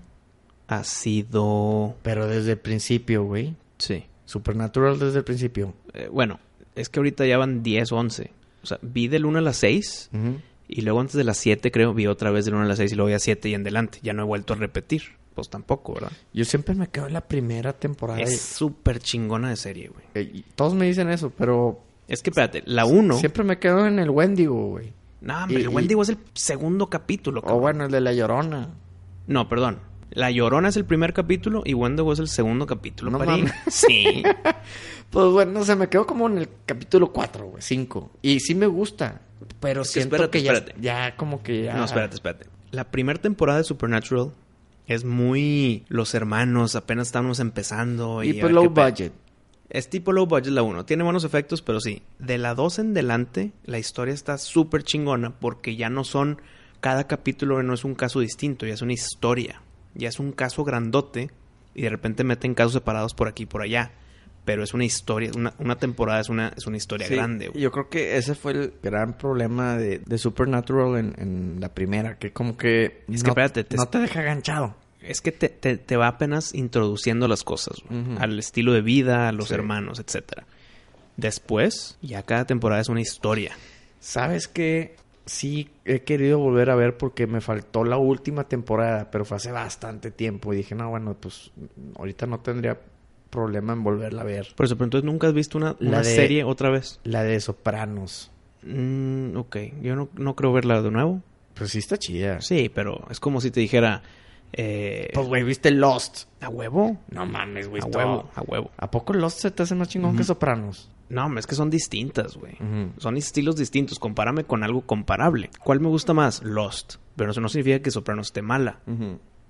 Speaker 3: ha sido...
Speaker 1: Pero desde el principio, güey.
Speaker 3: Sí.
Speaker 1: Supernatural desde el principio.
Speaker 3: Eh, bueno, es que ahorita ya van 10 o 11. O sea, vi del 1 a las 6
Speaker 1: Ujú.
Speaker 3: y luego antes de las 7 creo vi otra vez del 1 a las 6 y luego ya 7 y en adelante. Ya no he vuelto a repetir. Pues tampoco, ¿verdad?
Speaker 1: Yo siempre me quedo en la primera temporada.
Speaker 3: Es súper chingona de serie, güey.
Speaker 1: Eh, y todos me dicen eso, pero
Speaker 3: Es que espérate, la 1...
Speaker 1: siempre me quedo en el Wendigo, güey.
Speaker 3: No, hombre,
Speaker 1: y-
Speaker 3: el
Speaker 1: y-
Speaker 3: Wendigo es el segundo capítulo.
Speaker 1: O
Speaker 3: cabrón.
Speaker 1: bueno, el de La Llorona.
Speaker 3: No, perdón. La Llorona es el primer capítulo y Wendigo es el segundo capítulo.
Speaker 1: No
Speaker 3: Parín.
Speaker 1: mames.
Speaker 3: [laughs] Sí.
Speaker 1: Pues bueno, se me quedó como en el capítulo 4, güey, 5. Y sí me gusta, pero
Speaker 3: Es que
Speaker 1: siento
Speaker 3: espérate,
Speaker 1: que ya,
Speaker 3: espérate.
Speaker 1: ya como que [laughs] ya...
Speaker 3: No, espérate, espérate. La primera temporada de Supernatural es muy los hermanos, apenas estábamos empezando.
Speaker 1: Y
Speaker 3: Y, a
Speaker 1: pues
Speaker 3: ver
Speaker 1: low
Speaker 3: qué pe-
Speaker 1: budget.
Speaker 3: Es tipo low budget la 1. Tiene buenos efectos, pero sí. De la 2 en adelante, la historia está súper chingona porque ya no son. Cada capítulo no es un caso distinto, ya es una historia. Ya es un caso grandote y de repente meten casos separados por aquí y por allá. Pero es una historia, una, una temporada es una, es una historia
Speaker 1: Sí,
Speaker 3: grande. güey.
Speaker 1: Yo creo que ese fue el gran problema de, de Supernatural en, en la primera, que como que...
Speaker 3: Es
Speaker 1: no,
Speaker 3: que espérate, te-
Speaker 1: no te deja aganchado.
Speaker 3: Es que te, te- te va apenas introduciendo las cosas, güey.
Speaker 1: Ujú.
Speaker 3: al estilo de vida, a los
Speaker 1: Sí.
Speaker 3: hermanos, etcétera. Después, ya cada temporada es una historia.
Speaker 1: ¿Sabes qué? Sí he querido volver a ver porque me faltó la última temporada, pero fue hace bastante tiempo. Y dije, no, bueno, pues ahorita no tendría problema en volverla a ver.
Speaker 3: Por eso, pero entonces nunca has visto una,
Speaker 1: La
Speaker 3: una
Speaker 1: de-
Speaker 3: serie otra vez.
Speaker 1: La de Sopranos.
Speaker 3: Mm, ok, yo no, no creo verla de nuevo.
Speaker 1: Pues sí está chida.
Speaker 3: Sí, pero es como si te dijera... eh,
Speaker 1: Pues, güey, ¿viste Lost?
Speaker 3: ¿A huevo?
Speaker 1: No mames, güey.
Speaker 3: A
Speaker 1: está-
Speaker 3: huevo, a huevo.
Speaker 1: ¿A poco Lost se te hace más chingón que Sopranos?
Speaker 3: No, hombre, es que son distintas, güey.
Speaker 1: Ujú.
Speaker 3: Son estilos distintos. Compárame con algo comparable. ¿Cuál me gusta más? Lost. Pero eso no significa que Soprano esté mala.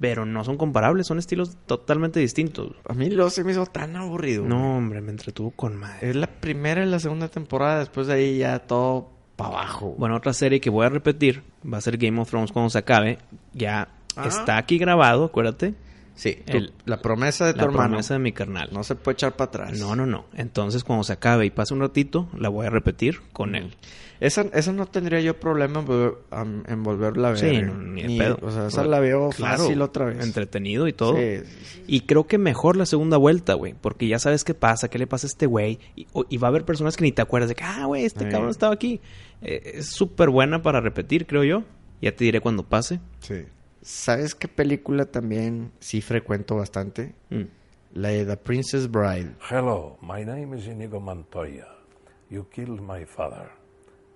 Speaker 3: Pero no son comparables, son estilos totalmente distintos.
Speaker 1: A mí Lost se me hizo tan aburrido. güey.
Speaker 3: No, hombre, me entretuvo con madre.
Speaker 1: Es la primera y la segunda temporada. Después de ahí ya todo para abajo. güey.
Speaker 3: Bueno, otra serie que voy a repetir va a ser Game of Thrones cuando se acabe. Ya
Speaker 1: Ah.
Speaker 3: está aquí grabado, acuérdate.
Speaker 1: sí. tu-
Speaker 3: el-
Speaker 1: la promesa de tu
Speaker 3: La
Speaker 1: hermano.
Speaker 3: promesa de mi carnal.
Speaker 1: No se puede echar para atrás.
Speaker 3: No, no, no. Entonces, cuando se acabe y pase un ratito, la voy a repetir con él.
Speaker 1: Mm. Esa, esa no tendría yo problema en, volver, am- en volverla a ver.
Speaker 3: Sí,
Speaker 1: eh.
Speaker 3: no, ni de pedo.
Speaker 1: O sea, esa la veo
Speaker 3: Claro,
Speaker 1: fácil otra vez.
Speaker 3: Entretenido y todo.
Speaker 1: Sí, sí, sí.
Speaker 3: Y creo que mejor la segunda vuelta, güey. Porque ya sabes qué pasa, qué le pasa a este güey. Y, o- y va a haber personas que ni te acuerdas de que, ah, güey, este
Speaker 1: Sí.
Speaker 3: cabrón estaba aquí. Eh, es súper buena para repetir, creo yo. Ya te diré cuando pase.
Speaker 1: ¿Sabes qué película también sí frecuento bastante?
Speaker 3: Mm.
Speaker 1: La de The Princess Bride.
Speaker 5: Hello, my name is Inigo Montoya. You killed my father.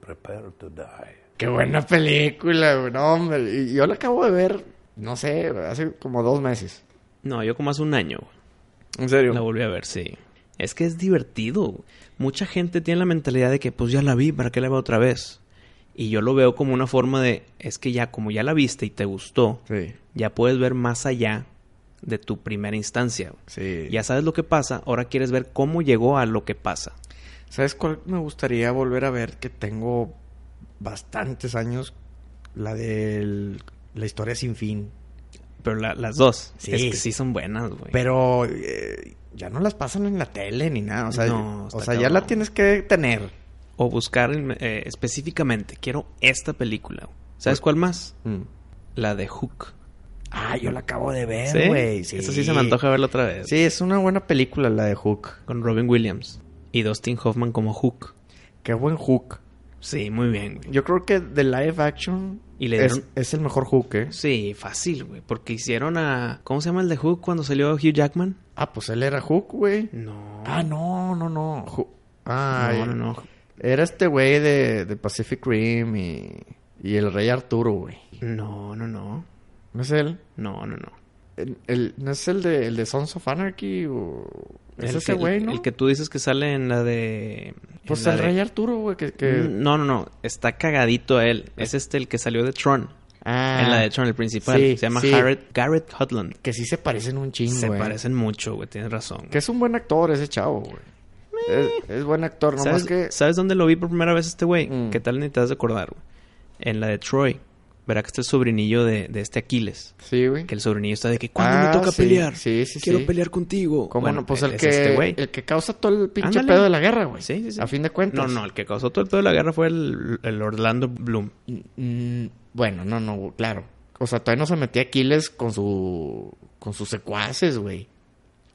Speaker 5: Prepare to die.
Speaker 1: Qué buena película, güey. No, hombre. y- Yo la acabo de ver, no sé, hace como dos meses.
Speaker 3: No, yo como hace un año, güey.
Speaker 1: ¿En serio?
Speaker 3: La volví a ver, sí. Es que es divertido. Mucha gente tiene la mentalidad de que pues ya la vi, ¿para qué la veo otra vez? Y yo lo veo como una forma de, es que ya como ya la viste y te gustó,
Speaker 1: Sí.
Speaker 3: ya puedes ver más allá de tu primera instancia.
Speaker 1: Sí.
Speaker 3: Ya sabes lo que pasa, ahora quieres ver cómo llegó a lo que pasa.
Speaker 1: ¿Sabes cuál me gustaría volver a ver? Que tengo bastantes años. La de la historia sin fin.
Speaker 3: Pero la- las dos,
Speaker 1: Sí.
Speaker 3: es que sí son buenas, güey.
Speaker 1: Pero eh, ya no las pasan en la tele ni nada. O sea,
Speaker 3: No, está
Speaker 1: o sea ya
Speaker 3: cabrón.
Speaker 1: la tienes que tener.
Speaker 3: O buscar eh, específicamente, quiero esta película. ¿Sabes cuál más? La de Hook.
Speaker 1: Ah, yo la acabo de ver,
Speaker 3: ¿Sí?
Speaker 1: güey.
Speaker 3: Esa sí se me antoja verla otra vez.
Speaker 1: Sí, es una buena película la de Hook.
Speaker 3: con Robin Williams y Dustin Hoffman como Hook.
Speaker 1: Qué buen Hook.
Speaker 3: Sí, muy bien, güey.
Speaker 1: Yo creo que de live action
Speaker 3: Y le
Speaker 1: es,
Speaker 3: dieron-
Speaker 1: es el mejor Hook, ¿eh?
Speaker 3: Sí, fácil, güey, porque hicieron a ¿Cómo se llama el de Hook cuando salió Hugh Jackman?
Speaker 1: Ah, pues él era Hook, güey.
Speaker 3: No.
Speaker 1: Ah, no, no, no. Ju- Ah,
Speaker 3: no, no, no.
Speaker 1: Era este güey de, de Pacific Rim y, y el Rey Arturo, güey.
Speaker 3: No, no, no.
Speaker 1: ¿No es él?
Speaker 3: No, no, no.
Speaker 1: El- el- ¿No es el de, el de Sons of Anarchy? O... ¿Es
Speaker 3: El
Speaker 1: ese
Speaker 3: que-
Speaker 1: güey, no?
Speaker 3: El que tú dices que sale en la de en
Speaker 1: Pues
Speaker 3: la
Speaker 1: el
Speaker 3: de- Mm,
Speaker 1: Rey Arturo, güey, que... que-
Speaker 3: No, no, no, está cagadito él. Es este el que salió de Tron,
Speaker 1: Ah,
Speaker 3: en la de Tron el principal,
Speaker 1: sí,
Speaker 3: se llama
Speaker 1: sí.
Speaker 3: Garrett Garrett Hudland.
Speaker 1: Que sí se parecen un chingo,
Speaker 3: Se
Speaker 1: eh.
Speaker 3: parecen mucho, güey, tienes razón.
Speaker 1: Que es un buen actor ese chavo, güey. Es, es buen actor, nomás
Speaker 3: ¿Sabes,
Speaker 1: que...
Speaker 3: sabes dónde lo vi por primera vez este güey?
Speaker 1: Mm.
Speaker 3: ¿Qué tal ni te has de acordar? güey? En la de Troy. Verá que este es el sobrinillo de, de este Aquiles.
Speaker 1: Sí, güey.
Speaker 3: Que el sobrinillo está de que ¿cuándo me
Speaker 1: Ah,
Speaker 3: toca
Speaker 1: sí,
Speaker 3: pelear?
Speaker 1: sí, sí,
Speaker 3: Quiero
Speaker 1: sí.
Speaker 3: pelear contigo.
Speaker 1: ¿Cómo
Speaker 3: Bueno,
Speaker 1: no? Pues el,
Speaker 3: es
Speaker 1: que,
Speaker 3: este güey.
Speaker 1: el que causa todo el pinche
Speaker 3: Ándale.
Speaker 1: pedo de la guerra, güey.
Speaker 3: Sí, sí, sí.
Speaker 1: A fin de cuentas.
Speaker 3: No, no, el que causó todo el pedo de la guerra fue el, el Orlando Bloom.
Speaker 1: Mm, bueno, no, no, claro. O sea, todavía no se metía Aquiles con su. con sus secuaces, güey.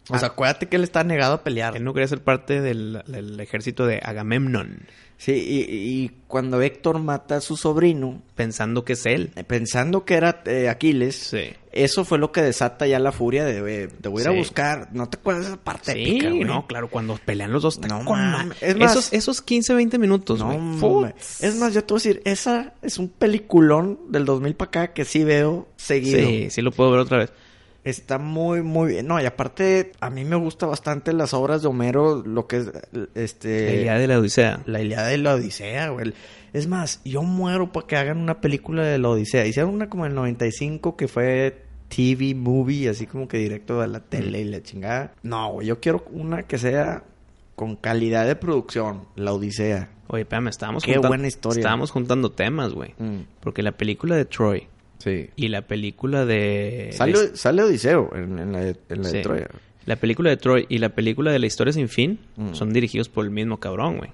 Speaker 1: O sea, acuérdate que él está negado a pelear.
Speaker 3: Él no quería ser parte del, del ejército de Agamemnon,
Speaker 1: Sí, y, y cuando Héctor mata a su sobrino,
Speaker 3: pensando que es él.
Speaker 1: eh, pensando que era eh, Aquiles,
Speaker 3: Sí.
Speaker 1: eso fue lo que desata ya la furia de eh, te voy a ir
Speaker 3: Sí.
Speaker 1: a buscar. ¿No te acuerdas de esa parte
Speaker 3: Sí,
Speaker 1: épica, güey?
Speaker 3: no, claro, cuando pelean los dos está
Speaker 1: No
Speaker 3: con
Speaker 1: mames.
Speaker 3: madre.
Speaker 1: Es más-
Speaker 3: esos, esos 15, 20 minutos,
Speaker 1: No,
Speaker 3: güey.
Speaker 1: mames. Es más, yo te voy a decir, esa es un peliculón del 2000 para acá que sí veo seguido.
Speaker 3: Sí, sí lo puedo ver otra vez.
Speaker 1: Está muy, muy bien. No, y aparte, a mí me gusta bastante las obras de Homero, lo que es
Speaker 3: La
Speaker 1: este.
Speaker 3: Ilíada de la Odisea.
Speaker 1: La Ilíada de la Odisea, güey. Es más, yo muero para que hagan una película de la Odisea. Hicieron una como en el 95 que fue TV movie, así como que directo a la tele y la chingada. No, güey, yo quiero una que sea con calidad de producción, la Odisea.
Speaker 3: Oye, espérame, estábamos
Speaker 1: Qué
Speaker 3: juntan-
Speaker 1: buena historia. Mm.
Speaker 3: Estábamos juntando temas, güey. Porque la película de Troy
Speaker 1: Sí.
Speaker 3: y la película de... la his-
Speaker 1: Sale, sale Odiseo en, en la, de- en la de
Speaker 3: Sí.
Speaker 1: Troya.
Speaker 3: La película de Troy y la película de La Historia Sin Fin
Speaker 1: Mm.
Speaker 3: son dirigidos por el mismo cabrón, güey.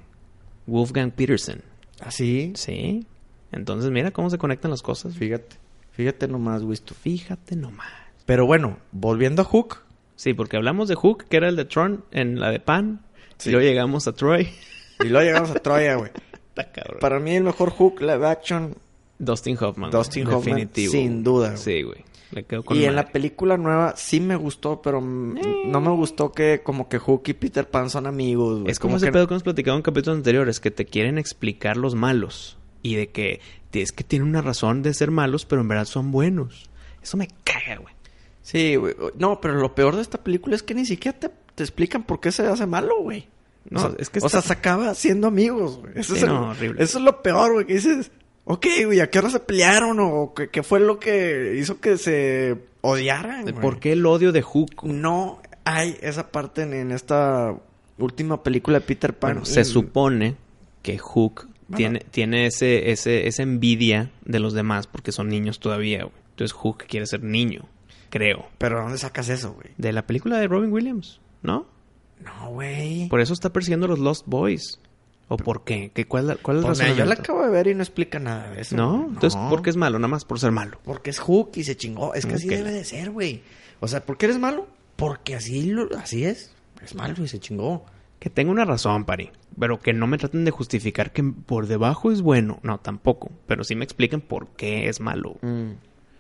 Speaker 3: Wolfgang Peterson.
Speaker 1: ¿Ah, sí?
Speaker 3: Sí. Entonces mira cómo se conectan las cosas.
Speaker 1: Fíjate. Fíjate nomás, Wisto.
Speaker 3: Fíjate nomás.
Speaker 1: Pero bueno, volviendo a Hook.
Speaker 3: Sí, porque hablamos de Hook, que era el de Tron en la de Pan.
Speaker 1: Sí.
Speaker 3: Y luego llegamos a Troy. [laughs]
Speaker 1: [laughs] Y luego llegamos a Troya, güey.
Speaker 3: Está cabrón.
Speaker 1: Para mí el mejor Hook live action
Speaker 3: Dustin Hoffman. güey.
Speaker 6: Dustin Hoffman,
Speaker 3: Definitivo.
Speaker 6: sin duda, güey.
Speaker 3: Sí, güey. Le quedo con
Speaker 6: Y en la
Speaker 3: madre.
Speaker 6: película nueva sí me gustó, pero m- no me gustó que como que Hook y Peter Pan son amigos, güey.
Speaker 3: Es como ese
Speaker 6: que
Speaker 3: pedo que hemos platicado en capítulos anteriores, que te quieren explicar los malos y de que es que tienen una razón de ser malos, pero en verdad son buenos. Eso me caga, güey.
Speaker 6: Sí, güey. No, pero lo peor de esta película es que ni siquiera te, te explican por qué se hace malo, güey.
Speaker 3: No,
Speaker 6: o sea,
Speaker 3: es que
Speaker 6: o sea,
Speaker 3: está-
Speaker 6: se acaba siendo amigos, güey. Eso,
Speaker 3: Sí,
Speaker 6: es el-
Speaker 3: no, horrible.
Speaker 6: eso es lo peor, güey, que dices, ok, güey, ¿a qué hora se pelearon? ¿O qué, qué fue lo que hizo que se odiaran? güey? Mm,
Speaker 3: ¿Por qué el odio de Hook? güey?
Speaker 6: no hay esa parte en, en esta última película de Peter Pan? Mm,
Speaker 3: Bueno, se
Speaker 6: Y-
Speaker 3: supone que Hook
Speaker 6: Bueno.
Speaker 3: tiene, tiene ese, ese, esa envidia de los demás porque son niños todavía, güey. Entonces Hook quiere ser niño, creo.
Speaker 6: Pero ¿dónde sacas eso, güey?
Speaker 3: De la película de Robin Williams, ¿no?
Speaker 6: No, güey.
Speaker 3: Por eso está persiguiendo a los Lost Boys. ¿O por qué? ¿Qué ¿Cuál, es- cuál es el
Speaker 6: Pues, mira, yo la
Speaker 3: razonamiento?
Speaker 6: acabo de ver y no explica nada de eso.
Speaker 3: ¿No?
Speaker 6: güey.
Speaker 3: Entonces,
Speaker 6: No.
Speaker 3: ¿por qué es malo? Nada más por ser malo.
Speaker 6: Porque es Hook y se chingó. Es que así
Speaker 3: Ok.
Speaker 6: debe de ser, güey. O sea, ¿por qué eres malo? Porque así, lo- así es. Es malo y se chingó.
Speaker 3: Que tenga una razón, Pari. Pero que no me traten de justificar que por debajo es bueno. No, tampoco. Pero sí me expliquen por qué es malo.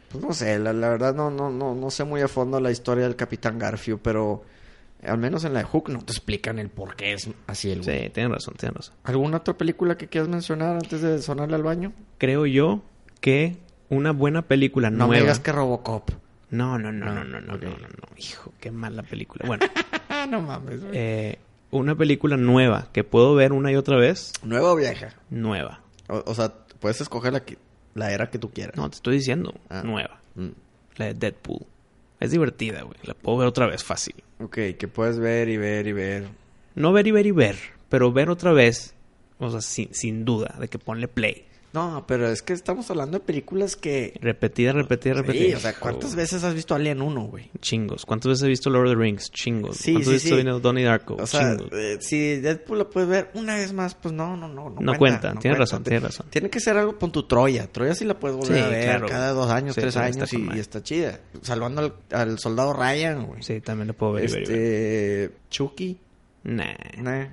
Speaker 6: Pues no sé, la, la verdad no, no, no, no sé muy a fondo la historia del Capitán Garfio, pero al menos en la de Hook no te explican el por qué es así el güey.
Speaker 3: Sí, tienen razón, tienen razón.
Speaker 6: ¿Alguna otra película que quieras mencionar antes de sonarle al baño?
Speaker 3: Creo yo que una buena película
Speaker 6: No me
Speaker 3: nueva.
Speaker 6: digas que Robocop.
Speaker 3: No, no, no, no, no, no, no,
Speaker 6: ok.
Speaker 3: no, no. Hijo, qué mala película. Bueno, [laughs]
Speaker 6: Ah, no mames. güey.
Speaker 3: eh, una película nueva que puedo ver una y otra vez.
Speaker 6: Nueva o vieja.
Speaker 3: Nueva.
Speaker 6: O, o sea, puedes escoger la, que- la era que tú quieras.
Speaker 3: No, te estoy diciendo.
Speaker 6: Ah.
Speaker 3: Nueva.
Speaker 6: Mm.
Speaker 3: La de Deadpool. Es divertida, güey. La puedo ver otra vez fácil.
Speaker 6: Ok, que puedes ver y ver y ver.
Speaker 3: No ver y ver y ver, pero ver otra vez, o sea, sin, sin duda, de que ponle play.
Speaker 6: No, pero es que estamos hablando de películas que...
Speaker 3: Repetida, repetida, repetida. Oh.
Speaker 6: Sí, o sea, ¿cuántas veces has visto Alien 1, güey?
Speaker 3: Chingos. ¿Cuántas veces he visto Lord of the Rings? Chingos.
Speaker 6: Sí,
Speaker 3: ¿Cuántas
Speaker 6: sí,
Speaker 3: veces he
Speaker 6: sí.
Speaker 3: visto Donnie Darko?
Speaker 6: O sea,
Speaker 3: Chingos.
Speaker 6: eh, si Deadpool la puedes ver una vez más, pues no, no, no. No,
Speaker 3: No cuenta, tienes razón,
Speaker 6: Te-
Speaker 3: tienes razón.
Speaker 6: Tiene que ser algo con tu Troya. Troya sí la puedes volver
Speaker 3: Sí,
Speaker 6: a ver
Speaker 3: claro.
Speaker 6: cada dos años,
Speaker 3: Sí,
Speaker 6: tres
Speaker 3: Troya está
Speaker 6: años
Speaker 3: con
Speaker 6: y,
Speaker 3: madre.
Speaker 6: y está chida. Salvando al, al soldado Ryan, güey.
Speaker 3: Sí, también lo puedo ver. y ver y ver.
Speaker 6: este... Chucky.
Speaker 3: Nah.
Speaker 6: Nah.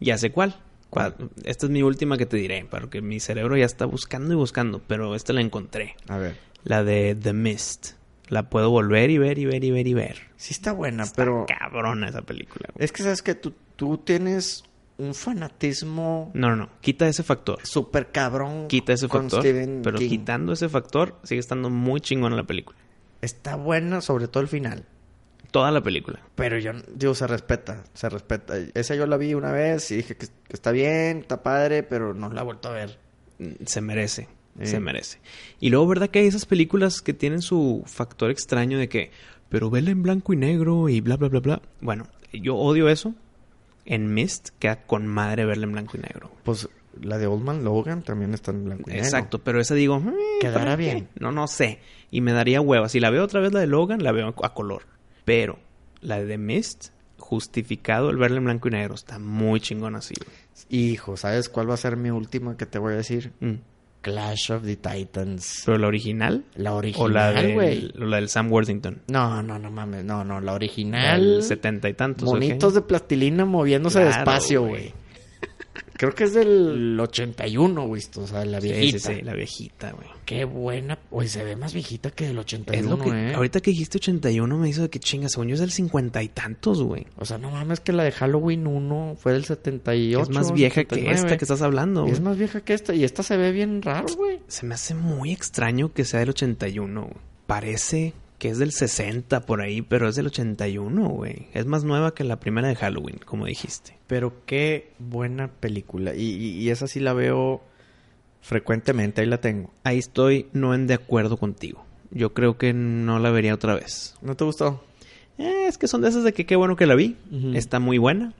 Speaker 3: Ya sé cuál. Cuál- Esta es mi última que te diré, porque mi cerebro ya está buscando y buscando, pero esta la encontré.
Speaker 6: A ver.
Speaker 3: La de The Mist. La puedo volver y ver y ver y ver y ver.
Speaker 6: Sí está buena,
Speaker 3: Está
Speaker 6: pero...
Speaker 3: cabrona esa película. güey.
Speaker 6: Es que sabes que tú, tú tienes un fanatismo
Speaker 3: No, no, no. Quita ese factor.
Speaker 6: súper cabrón.
Speaker 3: quita ese
Speaker 6: con
Speaker 3: factor.
Speaker 6: Stephen
Speaker 3: Pero
Speaker 6: King.
Speaker 3: quitando ese factor, sigue estando muy chingona la película.
Speaker 6: Está buena, sobre todo el final.
Speaker 3: Toda la película.
Speaker 6: Pero yo, digo, se respeta, se respeta. Esa yo la vi una vez y dije que, que está bien, está padre, pero no la he vuelto a ver.
Speaker 3: Mm, Se merece.
Speaker 6: Eh.
Speaker 3: Se merece. Y luego, ¿verdad que hay esas películas que tienen su factor extraño de que, pero vela en blanco y negro y bla, bla, bla, bla? Bueno, yo odio eso. En Mist queda con madre verla en blanco y negro.
Speaker 6: Pues la de Old Man Logan también está en blanco y negro.
Speaker 3: Exacto, pero esa digo, "Mm,
Speaker 6: Quedará
Speaker 3: ¿para qué?".
Speaker 6: bien.
Speaker 3: No, no sé. Y me daría hueva. Si la veo otra vez la de Logan, la veo a color. Pero la de The Mist, justificado el verla en blanco y negro. Está muy chingón así. güey.
Speaker 6: Hijo, ¿sabes cuál va a ser mi última que te voy a decir?
Speaker 3: Mm.
Speaker 6: Clash of the Titans.
Speaker 3: Pero la original.
Speaker 6: La
Speaker 3: o la,
Speaker 6: original, güey.
Speaker 3: del, o la del Sam Worthington.
Speaker 6: No, no, no mames, no, no, la original.
Speaker 3: Del setenta y tantos.
Speaker 6: Monitos de plastilina moviéndose
Speaker 3: Claro,
Speaker 6: despacio,
Speaker 3: güey.
Speaker 6: güey. Creo que es del 81, güey, esto, o sea, la
Speaker 3: Sí,
Speaker 6: viejita.
Speaker 3: sí, sí, la viejita, güey.
Speaker 6: Qué buena. Güey, se ve más viejita que del 81,
Speaker 3: Es lo que,
Speaker 6: eh.
Speaker 3: ahorita que dijiste 81 me hizo de que chinga, según yo es del cincuenta y tantos, güey.
Speaker 6: O sea, no mames que la de Halloween 1 fue del 78.
Speaker 3: Es más vieja que
Speaker 6: 79.
Speaker 3: esta que estás hablando, güey.
Speaker 6: Es más vieja que esta. Y esta se ve bien raro, güey.
Speaker 3: Se me hace muy extraño que sea del 81. güey. Parece que es del 60 por ahí, pero es del 81, güey. Es más nueva que la primera de Halloween, como dijiste.
Speaker 6: Pero qué buena película. Y, y- y esa sí la veo frecuentemente. Ahí la tengo.
Speaker 3: Ahí estoy no en de acuerdo contigo. Yo creo que no la vería otra vez.
Speaker 6: ¿No te gustó?
Speaker 3: Eh, es que son de esas de que qué bueno que la vi.
Speaker 6: Ujú.
Speaker 3: Está muy buena,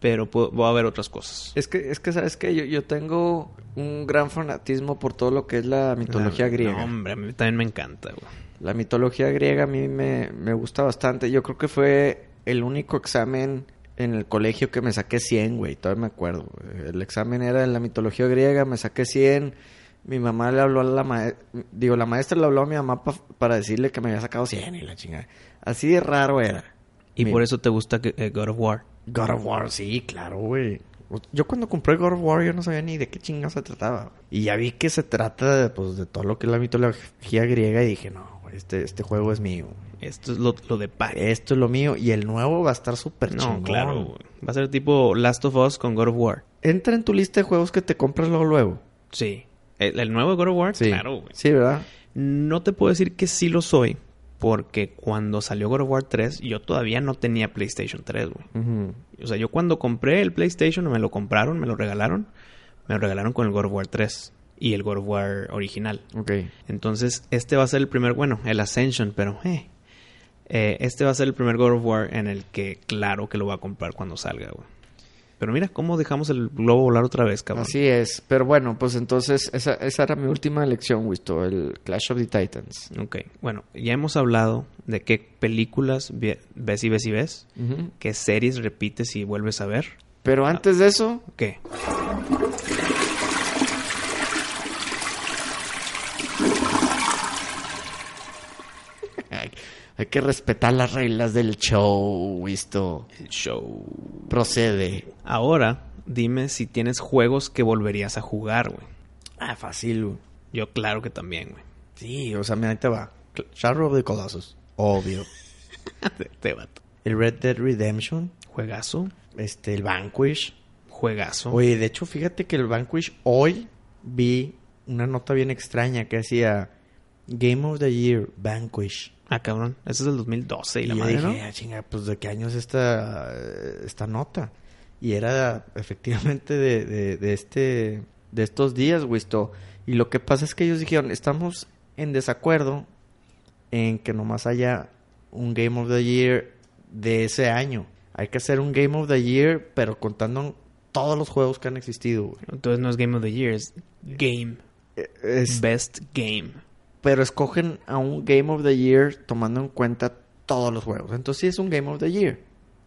Speaker 3: pero puedo- voy a ver otras cosas.
Speaker 6: Es que, es que ¿sabes que Yo, yo tengo un gran fanatismo por todo lo que es la mitología
Speaker 3: La-
Speaker 6: griega.
Speaker 3: no, hombre, a mí también me encanta, güey.
Speaker 6: La mitología griega a mí me, me gusta bastante. Yo creo que fue el único examen en el colegio que me saqué 100, güey. Todavía me acuerdo. El examen era en la mitología griega, me saqué 100. Mi mamá le habló a la maestra... Digo, la maestra le habló a mi mamá pa- para decirle que me había sacado 100 y la chingada. Así de raro era.
Speaker 3: Y
Speaker 6: Mi-
Speaker 3: por eso te gusta que- eh, God of War.
Speaker 6: God of War, sí, claro, güey. Yo cuando compré God of War yo no sabía ni de qué chingado se trataba. Y ya vi que se trata de, pues, de todo lo que es la mitología griega y dije, no, güey, este, este juego es mío.
Speaker 3: Esto es lo, lo de Pac.
Speaker 6: Esto es lo mío y el nuevo va a estar súper
Speaker 3: No,
Speaker 6: chingón.
Speaker 3: claro, güey. Va a ser tipo Last of Us con God of War.
Speaker 6: Entra en tu lista de juegos que te compras luego luego.
Speaker 3: Sí. ¿El, el nuevo God of War? Claro, güey.
Speaker 6: Sí, ¿verdad?
Speaker 3: No te puedo decir que sí lo soy, porque cuando salió God of War 3, yo todavía no tenía PlayStation 3, güey.
Speaker 6: Ujú.
Speaker 3: O sea, yo cuando compré el PlayStation, me lo compraron, me lo regalaron, me lo regalaron con el God of War 3 y el God of War original.
Speaker 6: Ok.
Speaker 3: Entonces, este va a ser el primer, bueno, el Ascension, pero eh, eh, este va a ser el primer God of War en el que claro que lo va a comprar cuando salga, güey. Pero mira cómo dejamos el globo volar otra vez, cabrón.
Speaker 6: Así es. Pero bueno, pues entonces esa, esa era mi última elección, Wisto. El Clash of the Titans.
Speaker 3: Ok, bueno, ya hemos hablado de qué películas vi- ves y ves y ves,
Speaker 6: Ujú. Ah.
Speaker 3: qué series repites y vuelves a ver.
Speaker 6: Pero antes de eso,
Speaker 3: ¿Qué?
Speaker 6: hay, hay que respetar las reglas del show, Wisto.
Speaker 3: El show.
Speaker 6: Procede.
Speaker 3: Ahora, dime si tienes juegos que volverías a jugar, güey.
Speaker 6: Ah, fácil, güey.
Speaker 3: Yo claro que también,
Speaker 6: [laughs]
Speaker 3: güey.
Speaker 6: Sí, o sea, mira, ahí te va. Cl- Shadow of the Colossus. Oh, Obvio.
Speaker 3: Te vato.
Speaker 6: El Red Dead Redemption.
Speaker 3: Juegazo,
Speaker 6: Este, el Vanquish.
Speaker 3: juegazo.
Speaker 6: Oye, de hecho, fíjate que el Vanquish hoy vi una nota bien extraña que decía Game of the Year Vanquish.
Speaker 3: Ah, cabrón, ese es del 2012 y,
Speaker 6: Y
Speaker 3: la
Speaker 6: yo
Speaker 3: madre,
Speaker 6: dije,
Speaker 3: ¿no?
Speaker 6: "Ah, chinga, pues de qué año es esta, eh, esta nota. Y era [laughs] efectivamente de, de- de este de estos días, Wisto. Y lo que pasa es que ellos dijeron, estamos en desacuerdo en que nomás haya un Game of the Year de ese año. Hay que hacer un Game of the Year, pero contando todos los juegos que han existido. güey.
Speaker 3: Entonces no es Game of the Year, es Game.
Speaker 6: Eh, es-
Speaker 3: Best Game.
Speaker 6: pero escogen a un Game of the Year tomando en cuenta todos los juegos. Entonces sí es un Game of the Year.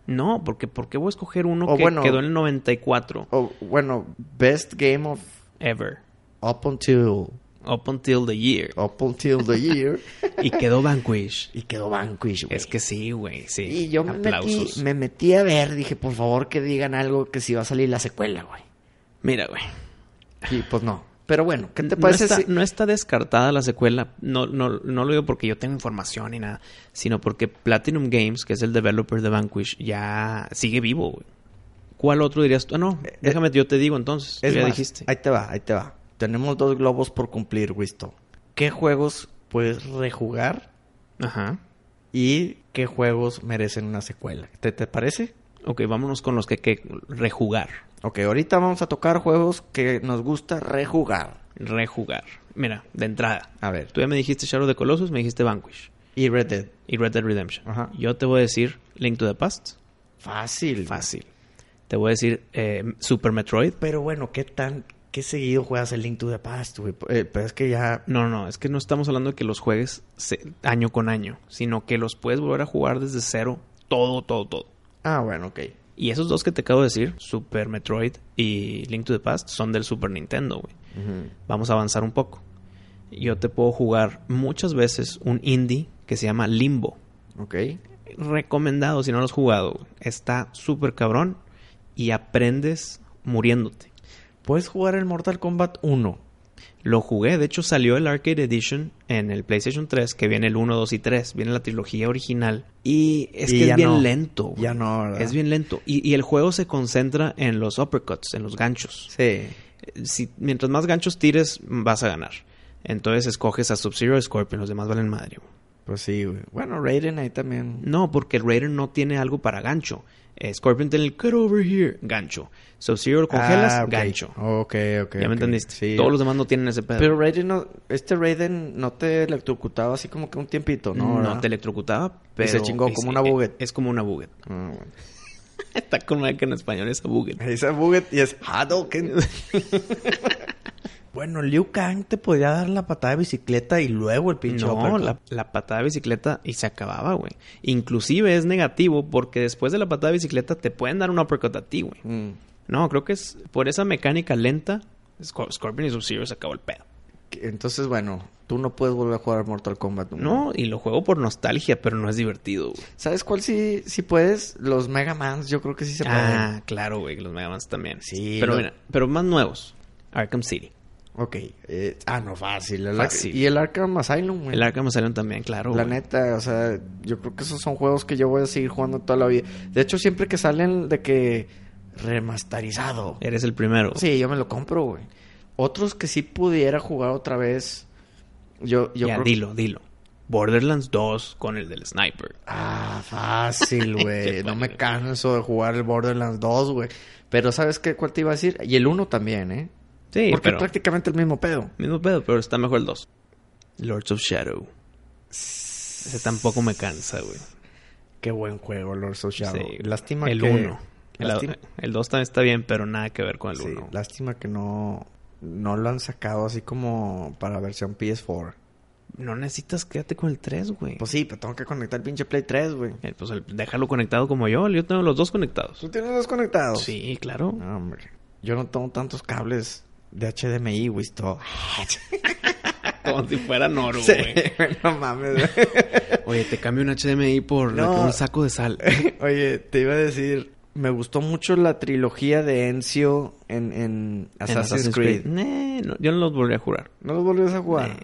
Speaker 3: No, porque ¿por qué voy a escoger uno
Speaker 6: O
Speaker 3: que
Speaker 6: bueno-
Speaker 3: quedó en el 94?
Speaker 6: O, Oh, bueno, best game of
Speaker 3: Ever.
Speaker 6: up until
Speaker 3: Up until the year.
Speaker 6: up until the year
Speaker 3: [laughs] Y quedó Vanquish.
Speaker 6: Oh. [laughs] y quedó Vanquish, güey.
Speaker 3: Es que sí, güey, sí.
Speaker 6: y yo me metí,
Speaker 3: Aplausos.
Speaker 6: me metí a ver, dije, por favor, que digan algo que si va a salir la secuela, güey.
Speaker 3: Mira, güey.
Speaker 6: Y pues no. Pero bueno, ¿qué te
Speaker 3: No
Speaker 6: parece
Speaker 3: está-
Speaker 6: si-
Speaker 3: no está descartada la secuela. No, no, no lo digo porque yo tengo información ni nada. Sino porque Platinum Games, que es el developer de Vanquish, ya sigue vivo, güey. ¿Cuál otro dirías tú? Ah, no, déjame, yo te digo entonces. Tú
Speaker 6: Eh, Es
Speaker 3: ya
Speaker 6: más,
Speaker 3: dijiste.
Speaker 6: ahí te va, ahí te va. Tenemos dos globos por cumplir, Wisto. ¿Qué juegos puedes rejugar
Speaker 3: Ajá.
Speaker 6: y qué juegos merecen una secuela? ¿Te, te parece?
Speaker 3: Ok, vámonos con los que hay que rejugar.
Speaker 6: Ok, ahorita vamos a tocar juegos que nos gusta rejugar.
Speaker 3: Rejugar. Mira, de entrada.
Speaker 6: A ver.
Speaker 3: Tú ya me dijiste Shadow de Colossus, me dijiste Vanquish
Speaker 6: Y Red Dead.
Speaker 3: y Red Dead Redemption.
Speaker 6: Ajá.
Speaker 3: Yo te voy a decir Link to the Past.
Speaker 6: Fácil.
Speaker 3: Fácil. Te voy a decir eh, Super Metroid.
Speaker 6: Pero bueno, ¿qué tan... ¿Qué seguido juegas el Link to the Past, güey? Eh, pero es que ya...
Speaker 3: No, no, es que no estamos hablando de que los juegues se- año con año, sino que los puedes volver a jugar desde cero, todo, todo, todo.
Speaker 6: Ah, bueno, ok.
Speaker 3: Y esos dos que te acabo de decir, Super Metroid y Link to the Past, son del Super Nintendo, güey. Vamos a avanzar un poco. Yo te puedo jugar muchas veces un indie que se llama Limbo.
Speaker 6: Ok.
Speaker 3: recomendado si no lo has jugado. güey. Está súper cabrón y aprendes muriéndote.
Speaker 6: ¿Puedes jugar el Mortal Kombat 1?
Speaker 3: Lo jugué, de hecho salió el Arcade Edition en el PlayStation 3, que viene el 1, 2 y 3, viene la trilogía original. Y es
Speaker 6: Y
Speaker 3: que
Speaker 6: ya
Speaker 3: es bien
Speaker 6: no.
Speaker 3: lento. güey.
Speaker 6: Ya no, ¿verdad?
Speaker 3: Es bien lento. Y, y el juego se concentra en los uppercuts, en los ganchos.
Speaker 6: Sí.
Speaker 3: Si, mientras más ganchos tires, vas a ganar. Entonces escoges a Sub-Zero y Scorpion, los demás valen madre. güey.
Speaker 6: Pues sí, güey. Bueno, Raiden ahí también.
Speaker 3: No, porque Raiden no tiene algo para gancho. Eh, Scorpion tiene el get over here, gancho. Sub-Zero lo congelas,
Speaker 6: Ah, ok.
Speaker 3: gancho.
Speaker 6: Ok, ok.
Speaker 3: ya
Speaker 6: ok.
Speaker 3: me entendiste.
Speaker 6: Sí.
Speaker 3: Todos los demás no tienen ese pedo.
Speaker 6: Pero Raiden no... Este Raiden no te electrocutaba así como que un tiempito, ¿no?
Speaker 3: no,
Speaker 6: ¿verdad?
Speaker 3: te electrocutaba, pero...
Speaker 6: se chingó
Speaker 3: es-
Speaker 6: como una
Speaker 3: eh,
Speaker 6: buget.
Speaker 3: Es, como una buget. [laughs]
Speaker 6: Ah, bueno.
Speaker 3: Está como que en español es buget.
Speaker 6: Esa Buget y es
Speaker 3: [laughs]
Speaker 6: "Ah, Hadouken. bueno, Liu Kang te podía dar la patada de bicicleta y luego el pinche
Speaker 3: No,
Speaker 6: uppercut.
Speaker 3: la, la patada de bicicleta y se acababa, güey. Inclusive es negativo porque después de la patada de bicicleta te pueden dar un uppercut a ti, güey.
Speaker 6: Mm.
Speaker 3: No, creo que es por esa mecánica lenta, Scor- Scorpion y Sub-Zero se acabó el pedo.
Speaker 6: Entonces, bueno, tú no puedes volver a jugar Mortal Kombat.
Speaker 3: No, y lo juego por nostalgia, pero no es divertido. güey.
Speaker 6: ¿Sabes cuál sí, sí puedes? Los Mega Mans, yo creo que sí se pueden.
Speaker 3: Ah, claro, güey, los Mega Mans también.
Speaker 6: Sí,
Speaker 3: Pero
Speaker 6: lo-
Speaker 3: mira, pero más nuevos. Arkham City.
Speaker 6: Ok. eh, ah, no, fácil. el
Speaker 3: Fácil.
Speaker 6: Ar- Y el Arkham Asylum, güey.
Speaker 3: El Arkham Asylum también, claro.
Speaker 6: La
Speaker 3: güey.
Speaker 6: neta, o sea, yo creo que esos son juegos que yo voy a seguir jugando toda la vida. De hecho, siempre que salen de que remasterizado.
Speaker 3: Eres el primero.
Speaker 6: Sí, yo me lo compro, güey. Otros que sí pudiera jugar otra vez. Yo, yo
Speaker 3: ya,
Speaker 6: creo-
Speaker 3: dilo, dilo. Borderlands 2 con el del sniper.
Speaker 6: Ah,
Speaker 3: [laughs]
Speaker 6: fácil,
Speaker 3: Qué
Speaker 6: güey. no me
Speaker 3: padre.
Speaker 6: canso de jugar el Borderlands 2, güey. Pero ¿sabes qué? ¿Cuál te iba a decir? Y el 1 también, ¿eh?
Speaker 3: Sí,
Speaker 6: Porque
Speaker 3: pero...
Speaker 6: es prácticamente el mismo pedo.
Speaker 3: Mismo pedo, pero está mejor el 2. Lords of Shadow. Ese tampoco me cansa, güey.
Speaker 6: Qué buen juego, Lord Social.
Speaker 3: Sí.
Speaker 6: Lástima
Speaker 3: el
Speaker 6: que...
Speaker 3: 1.
Speaker 6: Lástima-
Speaker 3: El 2 también está bien, pero nada que ver con el
Speaker 6: Sí,
Speaker 3: 1.
Speaker 6: lástima que no, no lo han sacado así como para versión PS4.
Speaker 3: No necesitas quedarte con el 3, güey.
Speaker 6: Pues sí, pero tengo que conectar el pinche Play 3, güey.
Speaker 3: Eh, Pues, el- déjalo conectado como yo. Yo tengo los dos conectados.
Speaker 6: ¿Tú tienes los conectados?
Speaker 3: Sí, claro.
Speaker 6: No, hombre. Yo no tengo tantos cables de HDMI, güey. esto-
Speaker 3: Como si fuera Noro,
Speaker 6: Sí,
Speaker 3: güey.
Speaker 6: [laughs] no mames, güey.
Speaker 3: Oye, te cambio un HDMI por
Speaker 6: No.
Speaker 3: un saco de
Speaker 6: [laughs]
Speaker 3: sal.
Speaker 6: [laughs] Oye, te iba a decir... Me gustó mucho la trilogía de Encio en, en Assassin's, Creed.
Speaker 3: Nah, no, yo no los volví a jurar.
Speaker 6: ¿No los volvías a jugar?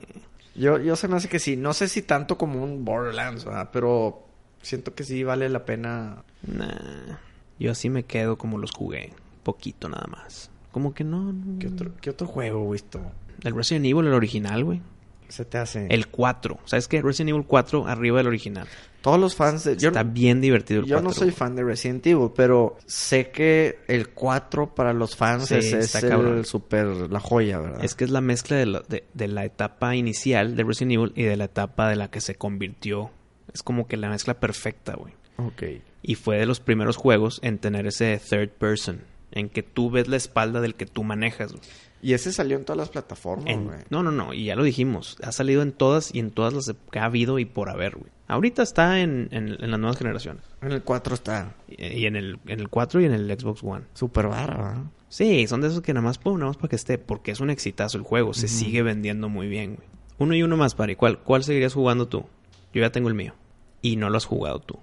Speaker 6: Yo, yo se me hace que sí. No sé si tanto como un Borderlands, ¿verdad? Pero siento que sí vale la pena
Speaker 3: Nah. Yo así me quedo como los jugué. Poquito nada más. Como que no. no.
Speaker 6: ¿Qué otro, qué otro juego, güey? esto?
Speaker 3: El Resident Evil, el original, güey.
Speaker 6: Se te hace.
Speaker 3: El 4. ¿Sabes qué? Resident Evil 4 arriba del original.
Speaker 6: Todos los fans. De, yo
Speaker 3: Está
Speaker 6: no-
Speaker 3: bien divertido el
Speaker 6: yo
Speaker 3: 4.
Speaker 6: no soy
Speaker 3: güey.
Speaker 6: fan de Resident Evil, pero sé que el 4 para los fans
Speaker 3: Sí,
Speaker 6: es, es
Speaker 3: está cabrón.
Speaker 6: el super. la joya, ¿verdad?
Speaker 3: Es que es la mezcla de la, de- de la etapa inicial de Resident Evil y de la etapa de la que se convirtió. Es como que la mezcla perfecta, güey.
Speaker 6: Ok.
Speaker 3: Y fue de los primeros juegos en tener ese third person. En que tú ves la espalda del que tú manejas. güey.
Speaker 6: Y ese salió en todas las
Speaker 1: Oh,
Speaker 6: plataformas,
Speaker 3: En-
Speaker 6: güey.
Speaker 3: no, no, no. Y ya lo dijimos. Ha salido en todas y en todas las que ha habido y por haber, güey. Ahorita está en, en- en las nuevas generaciones.
Speaker 6: En el 4 está.
Speaker 3: Y y en el, en el 4 y en el Xbox One.
Speaker 6: Super barra, ¿verdad?
Speaker 3: Sí, son de esos que nada más pongo, nada más para que esté. Porque es un exitazo el juego. Se sigue vendiendo muy bien, güey. Uno y uno más, Pari. ¿Cuál, ¿Cuál seguirías jugando tú? Yo ya tengo el mío. Y no lo has jugado tú.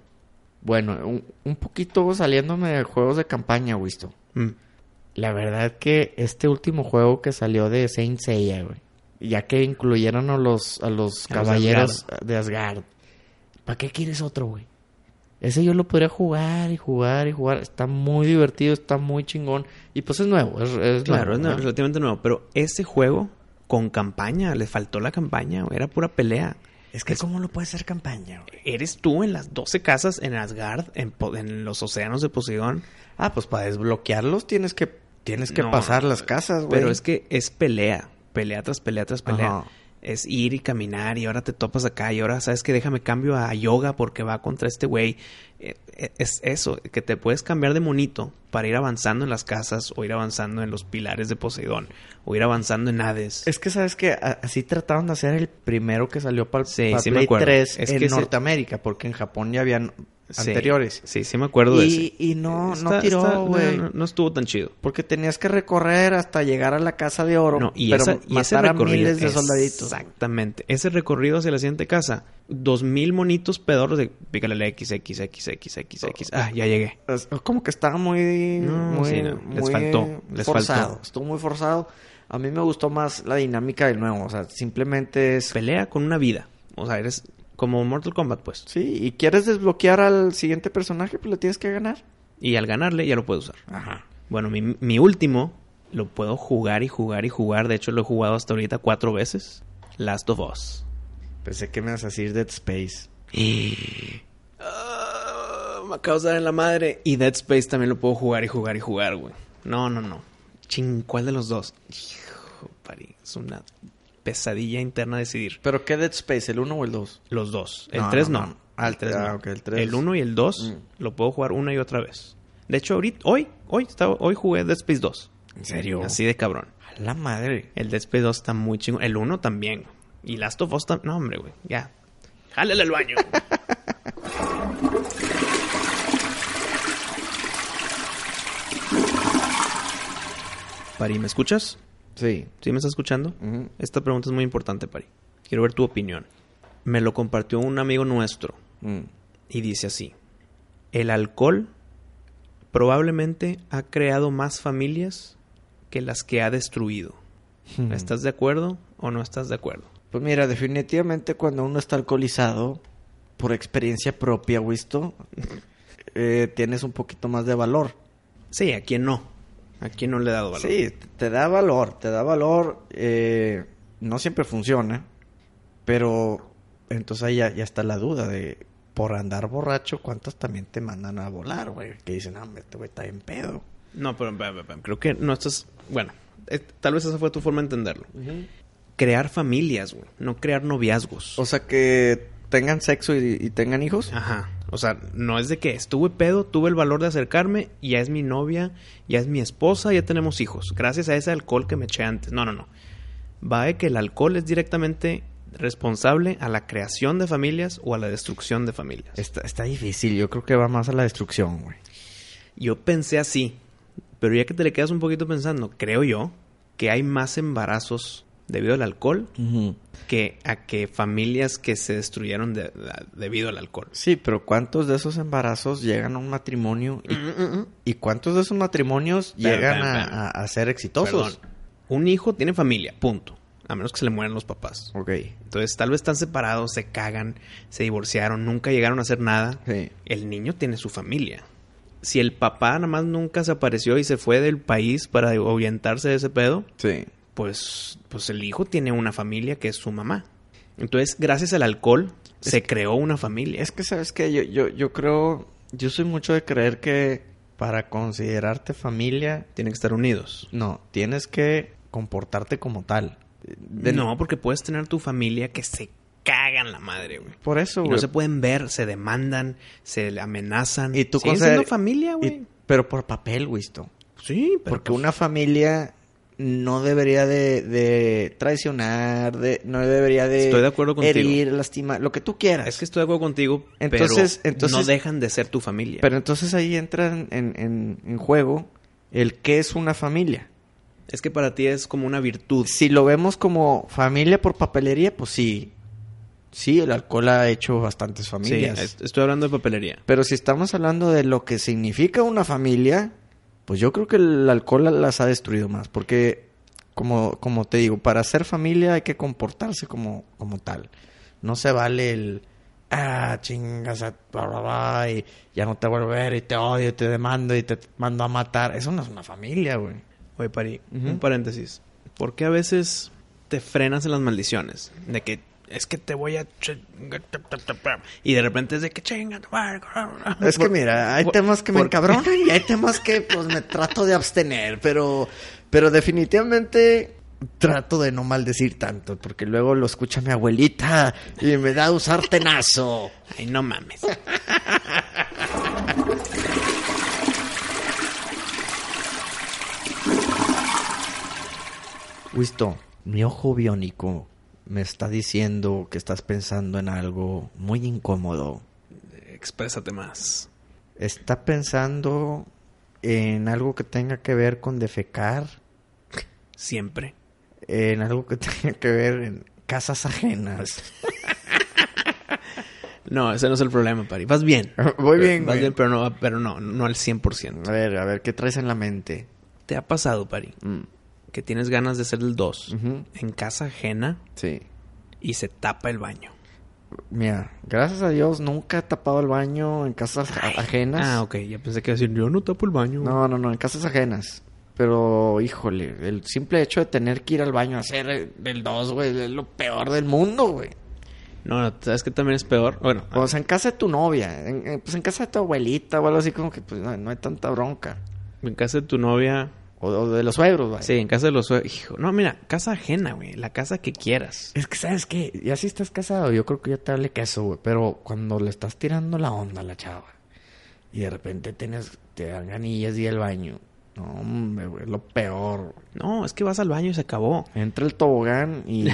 Speaker 6: Bueno, un, un poquito saliéndome de juegos de campaña, Wisto.
Speaker 3: Mm.
Speaker 6: La verdad que este último juego que salió de Saint Seiya, güey, ya que incluyeron a los,
Speaker 3: A
Speaker 6: a los
Speaker 3: los
Speaker 6: caballeros de Asgard, ¿para qué quieres otro, güey? Ese yo lo podría jugar y jugar y jugar. Está muy divertido, está muy chingón. Y pues es nuevo, es, es
Speaker 3: Claro, es
Speaker 6: nuevo,
Speaker 3: nuevo,
Speaker 6: ¿no?
Speaker 3: relativamente nuevo. Pero ese juego con campaña, le faltó la campaña, güey, era pura pelea.
Speaker 6: Es que ¿cómo lo puede ser campaña, güey?
Speaker 3: Eres tú en las 12 casas en Asgard, en, Po- en los océanos de Poseidón.
Speaker 6: Ah, pues para desbloquearlos tienes que, tienes que
Speaker 3: No,
Speaker 6: pasar las casas, güey.
Speaker 3: Pero es que es pelea, pelea tras pelea tras pelea.
Speaker 6: Ajá.
Speaker 3: Es ir y caminar y ahora te topas acá y ahora sabes que déjame cambio a yoga porque va contra este güey. Eh, eh, Es eso, que te puedes cambiar de monito para ir avanzando en las casas o ir avanzando en los pilares de Poseidón o ir avanzando en Hades.
Speaker 6: Es que sabes que así trataron de hacer el primero que salió para
Speaker 3: Sí, sí me
Speaker 6: Play
Speaker 3: acuerdo.
Speaker 6: 3
Speaker 3: Es
Speaker 6: en
Speaker 3: que ese-
Speaker 6: Norteamérica, porque en Japón ya habían
Speaker 3: Sí,
Speaker 6: anteriores.
Speaker 3: Sí, sí me acuerdo de
Speaker 6: Y-
Speaker 3: ese.
Speaker 6: y no- no
Speaker 3: Está-
Speaker 6: tiró,
Speaker 3: está- no,
Speaker 6: güey.
Speaker 3: No, no estuvo tan chido.
Speaker 6: Porque tenías que recorrer hasta llegar a la casa de oro,
Speaker 3: No, y,
Speaker 6: pero
Speaker 3: esa- y ese
Speaker 6: matar a
Speaker 3: recorrido.
Speaker 6: miles de soldaditos.
Speaker 3: Exactamente. Ese recorrido hacia la siguiente casa. Dos mil monitos pedorros de pícale la X, X, X, X, X, X. Ah, ya llegué.
Speaker 6: Es como que estaba muy,
Speaker 3: No,
Speaker 6: muy,
Speaker 3: sí, no. Les
Speaker 6: muy
Speaker 3: faltó, les
Speaker 6: forzado.
Speaker 3: faltó.
Speaker 6: Estuvo muy forzado. A mí me gustó más la dinámica del nuevo, o sea, simplemente es
Speaker 3: Pelea con una vida. O sea, eres como Mortal Kombat, pues.
Speaker 6: sí. Y quieres desbloquear al siguiente personaje, pues le tienes que ganar.
Speaker 3: Y al ganarle ya lo puedes usar.
Speaker 6: Ajá.
Speaker 3: Bueno, mi, mi último lo puedo jugar y jugar y jugar. De hecho, lo he jugado hasta ahorita cuatro veces. Last of Us.
Speaker 6: Pensé que me ibas a decir Dead Space.
Speaker 3: Ah, me acabo de dar en la madre. Y Dead Space también lo puedo jugar y jugar y jugar, güey. No, no, no. Ching, ¿cuál de los dos? Hijo, pari. Es una pesadilla interna decidir.
Speaker 6: ¿Pero qué Dead Space, el 1 o el 2?
Speaker 3: Los dos. El
Speaker 6: No,
Speaker 3: 3
Speaker 6: no,
Speaker 3: no.
Speaker 6: no. Ah, el
Speaker 3: El 3
Speaker 6: tres,
Speaker 3: no.
Speaker 6: ah, ok, el tres.
Speaker 3: 1 y el 2
Speaker 6: Mm.
Speaker 3: lo puedo jugar una y otra vez. De hecho, ahorita, hoy, hoy, estaba, hoy jugué Dead Space 2.
Speaker 6: ¿En serio?
Speaker 3: Así de cabrón.
Speaker 6: A la madre.
Speaker 3: El Dead Space 2 está muy chingón. El 1 también. güey. Y Last of Us también. No, hombre, güey. Ya. Jálale al baño. Pari, ¿me escuchas?
Speaker 6: Sí.
Speaker 3: ¿Sí me está escuchando?
Speaker 6: Ujú.
Speaker 3: Esta pregunta es muy importante, Pari. Quiero ver tu opinión. Me lo compartió un amigo nuestro
Speaker 6: Mm.
Speaker 3: y dice así. El alcohol probablemente ha creado más familias que las que ha destruido.
Speaker 6: Hmm.
Speaker 3: ¿Estás de acuerdo o no estás de acuerdo?
Speaker 6: Pues mira, definitivamente cuando uno está alcoholizado, por experiencia propia, Wisto, [laughs] eh, tienes un poquito más de valor.
Speaker 3: Sí, ¿a quién no? ¿A quién no le he dado valor?
Speaker 6: Sí, te- te da valor, te da valor. eh, no siempre funciona, pero entonces ahí ya, ya está la duda de por andar borracho, ¿cuántos también te mandan a volar, güey? Que dicen, ah, hombre, este güey está en pedo.
Speaker 3: No, pero pero, pero, pero, creo que no estás... Bueno, eh, tal vez esa fue tu forma de entenderlo. Crear familias, güey. No crear noviazgos.
Speaker 6: O sea, que tengan sexo y, y tengan hijos.
Speaker 3: Ajá. O sea, no es de que estuve pedo, tuve el valor de acercarme, y ya es mi novia, ya es mi esposa, ya tenemos hijos. Gracias a ese alcohol que me eché antes. No, no, no. Va de que el alcohol es directamente responsable a la creación de familias o a la destrucción de familias.
Speaker 6: Está, está difícil, yo creo que va más a la destrucción, güey.
Speaker 3: Yo pensé así, pero ya que te le quedas un poquito pensando, creo yo que hay más embarazos debido al alcohol que a que familias que se destruyeron de- de- debido al alcohol.
Speaker 6: Sí, pero ¿cuántos de esos embarazos llegan a un matrimonio? ¿Y, y cuántos de esos matrimonios
Speaker 3: Espera,
Speaker 6: llegan
Speaker 3: espera,
Speaker 6: a-
Speaker 3: espera.
Speaker 6: A, a ser exitosos?
Speaker 3: Perdón. Un hijo tiene familia, punto. A menos que se le mueran los papás.
Speaker 6: Ok.
Speaker 3: Entonces, tal vez están separados, se cagan, se divorciaron, nunca llegaron a hacer nada.
Speaker 6: Sí.
Speaker 3: El niño tiene su familia. Si el papá nada más nunca se apareció y se fue del país para ahuyentarse de ese pedo,
Speaker 6: Sí.
Speaker 3: pues, pues el hijo tiene una familia que es su mamá. Entonces, gracias al alcohol, se creó una familia.
Speaker 6: Es que, ¿sabes qué? Yo, yo, yo creo, yo soy mucho de creer que para considerarte familia,
Speaker 3: Tienen que estar unidos.
Speaker 6: no, tienes que comportarte como tal. De-
Speaker 3: No, porque puedes tener tu familia que se cagan la madre, güey.
Speaker 6: Por eso,
Speaker 3: Y
Speaker 6: güey.
Speaker 3: no se pueden ver, se demandan, se le amenazan.
Speaker 6: Y tú
Speaker 3: Siguen
Speaker 6: consider-
Speaker 3: siendo familia,
Speaker 6: y-
Speaker 3: güey.
Speaker 6: Pero por papel, Wisto.
Speaker 3: Sí, pero
Speaker 6: Porque
Speaker 3: pues,
Speaker 6: una familia no debería de, de traicionar, de, no debería de,
Speaker 3: Estoy de acuerdo contigo.
Speaker 6: herir, lastimar, lo que tú quieras.
Speaker 3: Es que estoy de acuerdo contigo,
Speaker 6: Entonces-
Speaker 3: pero
Speaker 6: entonces-
Speaker 3: no dejan de ser tu familia.
Speaker 6: Pero entonces ahí entra en, en- en- en juego el qué es una familia.
Speaker 3: es que para ti es como una virtud.
Speaker 6: Si lo vemos como familia por papelería, pues sí. Sí, el alcohol ha hecho bastantes
Speaker 3: Sí,
Speaker 6: familias.
Speaker 3: est- estoy hablando de papelería.
Speaker 6: Pero si estamos hablando de lo que significa una familia, pues yo creo que el alcohol las ha destruido más. Porque, como, como te digo, para ser familia hay que comportarse como, como tal. No se vale el. Ah, chingas, a- bla, bla, bla, y ya no te vuelvo a ver, y te odio, y te demando, y te mando a matar. Eso no es una familia, güey.
Speaker 3: Oye, Pari,
Speaker 6: Ujú.
Speaker 3: un paréntesis. ¿Por qué a veces te frenas en las maldiciones? De que es que te voy a... chingar, ta, ta, ta, ta, Y de repente es de que... chinga tu madre, [laughs]
Speaker 6: Es que
Speaker 3: por-
Speaker 6: mira, hay
Speaker 3: por-
Speaker 6: temas que me
Speaker 3: por-
Speaker 6: [laughs] encabronan y hay temas que pues me trato de abstener, pero pero definitivamente trato de no maldecir tanto, porque luego lo escucha mi abuelita y me da a usar tenazo.
Speaker 3: Ay, no mames.
Speaker 6: [laughs]
Speaker 3: [laughs]
Speaker 6: Wisto, mi ojo biónico me está diciendo que estás pensando en algo muy incómodo.
Speaker 3: Exprésate más.
Speaker 6: Está pensando en algo que tenga que ver con defecar,
Speaker 3: Siempre.
Speaker 6: en algo que [laughs] tenga que ver en casas ajenas.
Speaker 3: No, ese no es el problema, Pari. Vas bien.
Speaker 6: Voy Eh, bien,
Speaker 3: Vas
Speaker 6: güey.
Speaker 3: bien, pero no, pero no, no al 100%.
Speaker 6: A ver, a ver, ¿qué traes en la mente?
Speaker 3: ¿Te ha pasado, Pari,
Speaker 6: Mm,
Speaker 3: que tienes ganas de ser el 2
Speaker 6: Ujú.
Speaker 3: en casa ajena
Speaker 6: Sí.
Speaker 3: y se tapa el baño?
Speaker 6: Mira, gracias a Dios nunca he tapado el baño en casas a- ajenas.
Speaker 3: Ah, ok. Ya pensé que iba a decir, yo no tapo el baño.
Speaker 6: No, no, no, en casas ajenas. Pero, híjole, el simple hecho de tener que ir al baño a hacer el- el 2, güey, es lo peor del mundo, güey.
Speaker 3: No, no, ¿sabes que también es peor? Bueno,
Speaker 6: O sea, en casa de tu novia, en- en- pues en casa de tu abuelita o algo así, como que pues no, no hay tanta bronca.
Speaker 3: en casa de tu novia...
Speaker 6: O, o de los suegros, güey.
Speaker 3: Sí, en casa de los... sue- Hijo, no, mira, casa ajena, güey. La casa que quieras.
Speaker 6: Es que, ¿sabes qué? Ya si estás casado, yo creo que ya te vale queso, güey. Pero cuando le estás tirando la onda a la chava y de repente tienes, te dan ganillas y el baño. No, hombre, güey, es lo peor. güey.
Speaker 3: No, es que vas al baño y se acabó. [laughs]
Speaker 6: Entra el tobogán y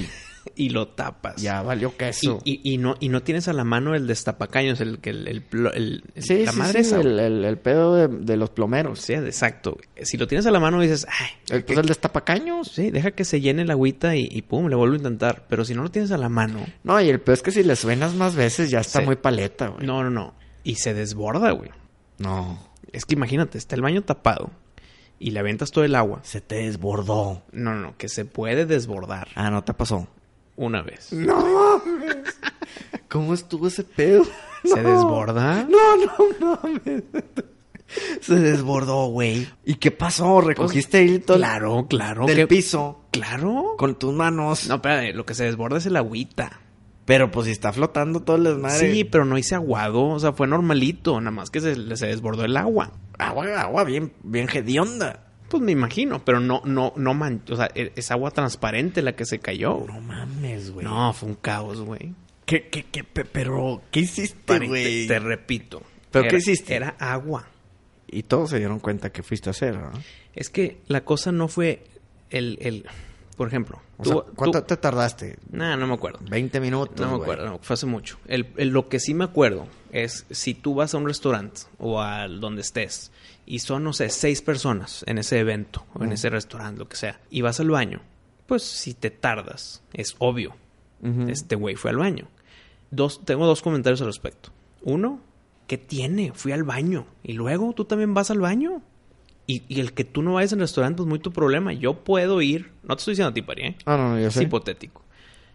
Speaker 3: y lo tapas.
Speaker 6: Ya valió
Speaker 3: Y,
Speaker 6: queso.
Speaker 3: y- y no, y no tienes a la mano el destapacaños, el que el, el plo- el- el-
Speaker 6: sí,
Speaker 3: la
Speaker 6: sí,
Speaker 3: madre
Speaker 6: sí,
Speaker 3: esa.
Speaker 6: el, el- el pedo de, de los
Speaker 3: O
Speaker 6: plomeros.
Speaker 3: sea, exacto. Si lo tienes a la mano dices, ay,
Speaker 6: El, pues
Speaker 3: que-
Speaker 6: el destapacaños.
Speaker 3: sí, deja que se llene la agüita y, y pum, le vuelvo a intentar. Pero si no lo tienes a la mano,
Speaker 6: No, y el pedo es que si le suenas más veces ya está
Speaker 3: Sí.
Speaker 6: muy paleta, güey.
Speaker 3: no, no, no. Y se desborda, güey.
Speaker 6: No.
Speaker 3: Es que imagínate, está el baño tapado y le aventas todo el agua.
Speaker 6: Se te desbordó.
Speaker 3: No, no, no, que se puede desbordar
Speaker 6: Ah, no te pasó.
Speaker 3: una vez.
Speaker 6: No mames. [laughs] ¿Cómo estuvo ese pedo?
Speaker 3: Se
Speaker 6: [laughs] No.
Speaker 3: desborda.
Speaker 6: No, no mames. Se desbordó, güey. ¿Y qué pasó? ¿Recogiste el to-
Speaker 3: Claro, claro.
Speaker 6: del
Speaker 3: que-
Speaker 6: piso
Speaker 3: Claro.
Speaker 6: con tus manos?
Speaker 3: No, espérate, lo que se desborda es el agüita.
Speaker 6: Pero pues si está flotando todo el desmadre.
Speaker 3: Sí, pero no hice aguado, o sea, fue normalito, nada más que se, le- se desbordó el agua.
Speaker 6: agua, agua bien, bien hedionda.
Speaker 3: Pues me imagino, pero no, no, no man, o sea, e- es agua transparente la que se cayó.
Speaker 6: No mames, güey.
Speaker 3: No, fue un caos, güey.
Speaker 6: ¿Qué, qué, qué, pe- pero qué hiciste,
Speaker 3: Pare-
Speaker 6: güey?
Speaker 3: Te, te repito.
Speaker 6: ¿Pero qué
Speaker 3: Era-
Speaker 6: hiciste?
Speaker 3: Era agua.
Speaker 6: Y todos se dieron cuenta que fuiste a hacer, ¿no?
Speaker 3: Es que la cosa no fue el, el, por ejemplo,
Speaker 6: O
Speaker 3: tú-
Speaker 6: sea, ¿cuánto
Speaker 3: tú-
Speaker 6: te tardaste?
Speaker 3: Nah, no me acuerdo.
Speaker 6: ¿20 minutos?
Speaker 3: No me
Speaker 6: güey.
Speaker 3: acuerdo, no, fue hace mucho. El- el- lo que sí me acuerdo es si tú vas a un restaurante o a donde estés y son, no sé, seis personas en ese evento o en ese restaurante, lo que sea, y vas al baño, pues si te tardas, es obvio.
Speaker 6: Ujú.
Speaker 3: Este güey fue al baño. Dos, tengo dos comentarios al respecto. Uno, ¿qué tiene? Fui al baño. Y luego tú también vas al baño. Y, y el que tú no vayas al restaurante es muy tu problema. Yo puedo ir, no te estoy diciendo a ti, Pari, ¿eh?
Speaker 6: Ah, no, no, yo
Speaker 3: Es
Speaker 6: sé.
Speaker 3: hipotético.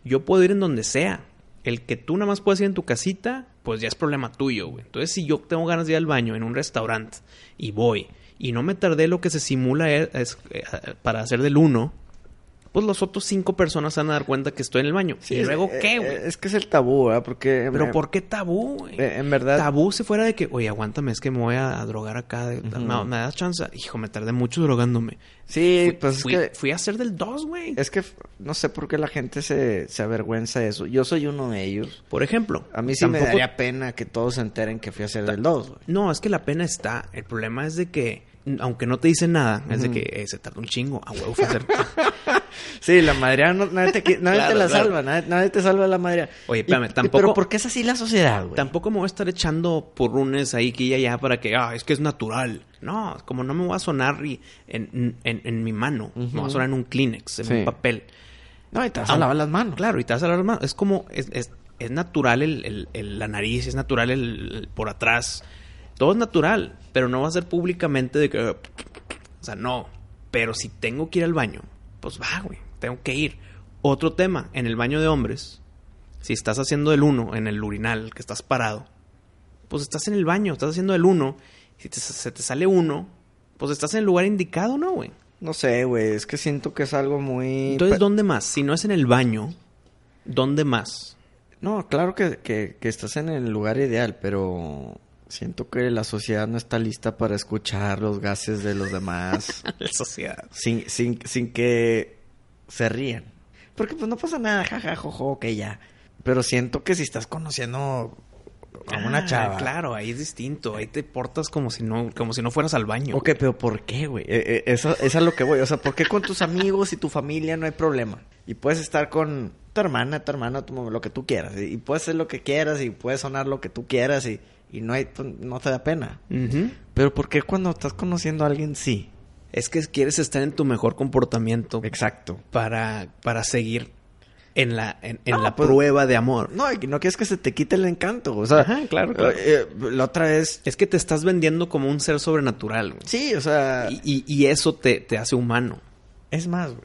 Speaker 3: Yo puedo ir en donde sea. El que tú nada más puedas ir en tu casita, pues ya es problema tuyo, güey. Entonces, si yo tengo ganas de ir al baño en un restaurante y voy y no me tardé lo que se simula es, es, eh, para hacer del uno, pues los otros cinco personas se van a dar cuenta que estoy en el baño.
Speaker 6: Sí,
Speaker 3: ¿Y
Speaker 6: es-
Speaker 3: luego
Speaker 6: eh,
Speaker 3: qué,
Speaker 6: eh,
Speaker 3: güey?
Speaker 6: Es que es el tabú, ¿verdad? Porque...
Speaker 3: Pero
Speaker 6: eh,
Speaker 3: ¿por qué tabú, güey?
Speaker 6: eh, En verdad...
Speaker 3: Tabú si fuera de que, oye, aguántame, es que me voy a drogar acá. de-
Speaker 6: Ujú.
Speaker 3: no, ¿Me das chance? Hijo, me tardé mucho drogándome.
Speaker 6: Sí,
Speaker 3: Fui,
Speaker 6: pues es
Speaker 3: fui-
Speaker 6: que...
Speaker 3: fui a hacer del dos, güey.
Speaker 6: Es que f- no sé por qué la gente se, se avergüenza de eso. Yo soy uno de ellos.
Speaker 3: Por ejemplo.
Speaker 6: A mí sí me
Speaker 3: tampoco-
Speaker 6: daría pena que todos se enteren que fui a hacer el 2, güey.
Speaker 3: No, es que la pena está. El problema es de que, aunque no te dicen nada, es de
Speaker 6: Ujú.
Speaker 3: que eh, se tarda un chingo. A huevo fue a hacer.
Speaker 6: Sí, la madre no, nadie te, qui- nadie
Speaker 3: [laughs]
Speaker 6: te
Speaker 3: Claro,
Speaker 6: la
Speaker 3: claro.
Speaker 6: salva, nadie, nadie te salva la madre.
Speaker 3: Oye, espérame, tampoco-
Speaker 6: Pero ¿por qué es así la sociedad, güey?
Speaker 3: Tampoco me voy a estar echando porrunes ahí que ya ya para que, ah, es que es natural. No, como no me voy a sonar y- en, en- en mi mano, me va a sonar en un Kleenex, en
Speaker 6: Sí.
Speaker 3: un papel.
Speaker 6: No, y te vas a lavar las manos.
Speaker 3: Claro, y te vas a lavar las manos. Es como, es, es- es natural el- el- el- la nariz, es natural el, el por atrás. Todo es natural, pero no va a ser públicamente de que... eh, O sea, no. Pero si tengo que ir al baño, pues va, güey. Tengo que ir. Otro tema, en el baño de hombres, si estás haciendo el uno en el urinal, que estás parado, pues estás en el baño, estás haciendo el uno. Si te- se te sale uno, pues estás en el lugar indicado, ¿no, güey?
Speaker 6: No sé, güey, es que siento que es algo muy...
Speaker 3: Entonces,
Speaker 6: pe-
Speaker 3: ¿dónde más? Si no es en el baño, ¿dónde más?
Speaker 6: No, claro que, que- que estás en el lugar ideal, pero siento que la sociedad no está lista para escuchar los gases de
Speaker 3: [laughs]
Speaker 6: los demás [laughs]
Speaker 3: la sociedad.
Speaker 6: sin, sin, sin que se rían. Porque pues no pasa nada, jaja, jojo, que ya. Pero siento que si estás conociendo a una
Speaker 3: Ah,
Speaker 6: chava...
Speaker 3: Claro, ahí es distinto. Ahí te portas como si no, como si no fueras al baño.
Speaker 6: Ok, pero ¿por qué, güey? Eh, eh, eso, eso es a lo que voy. O sea, ¿por qué con tus amigos y tu familia no hay problema? Y puedes estar con tu hermana, tu hermana, tu mamá, lo que tú quieras. Y, y puedes hacer lo que quieras y puedes sonar lo que tú quieras y, y no, hay, pues, no te da pena.
Speaker 3: Ujú.
Speaker 6: Pero ¿por qué cuando estás conociendo a alguien sí?
Speaker 3: Es que quieres estar en tu mejor comportamiento
Speaker 6: Exacto.
Speaker 3: para, para seguir en la, en, en
Speaker 6: No,
Speaker 3: la
Speaker 6: pues-
Speaker 3: prueba de amor.
Speaker 6: No, y no quieres que se te quite el encanto. O sea,
Speaker 3: Ajá, claro, claro.
Speaker 6: eh, eh, la otra vez...
Speaker 3: Es que te estás vendiendo como un ser sobrenatural. güey.
Speaker 6: Sí, ah. o sea...
Speaker 3: Y, y- y eso te, te hace humano. [laughs]
Speaker 6: Es más, güey.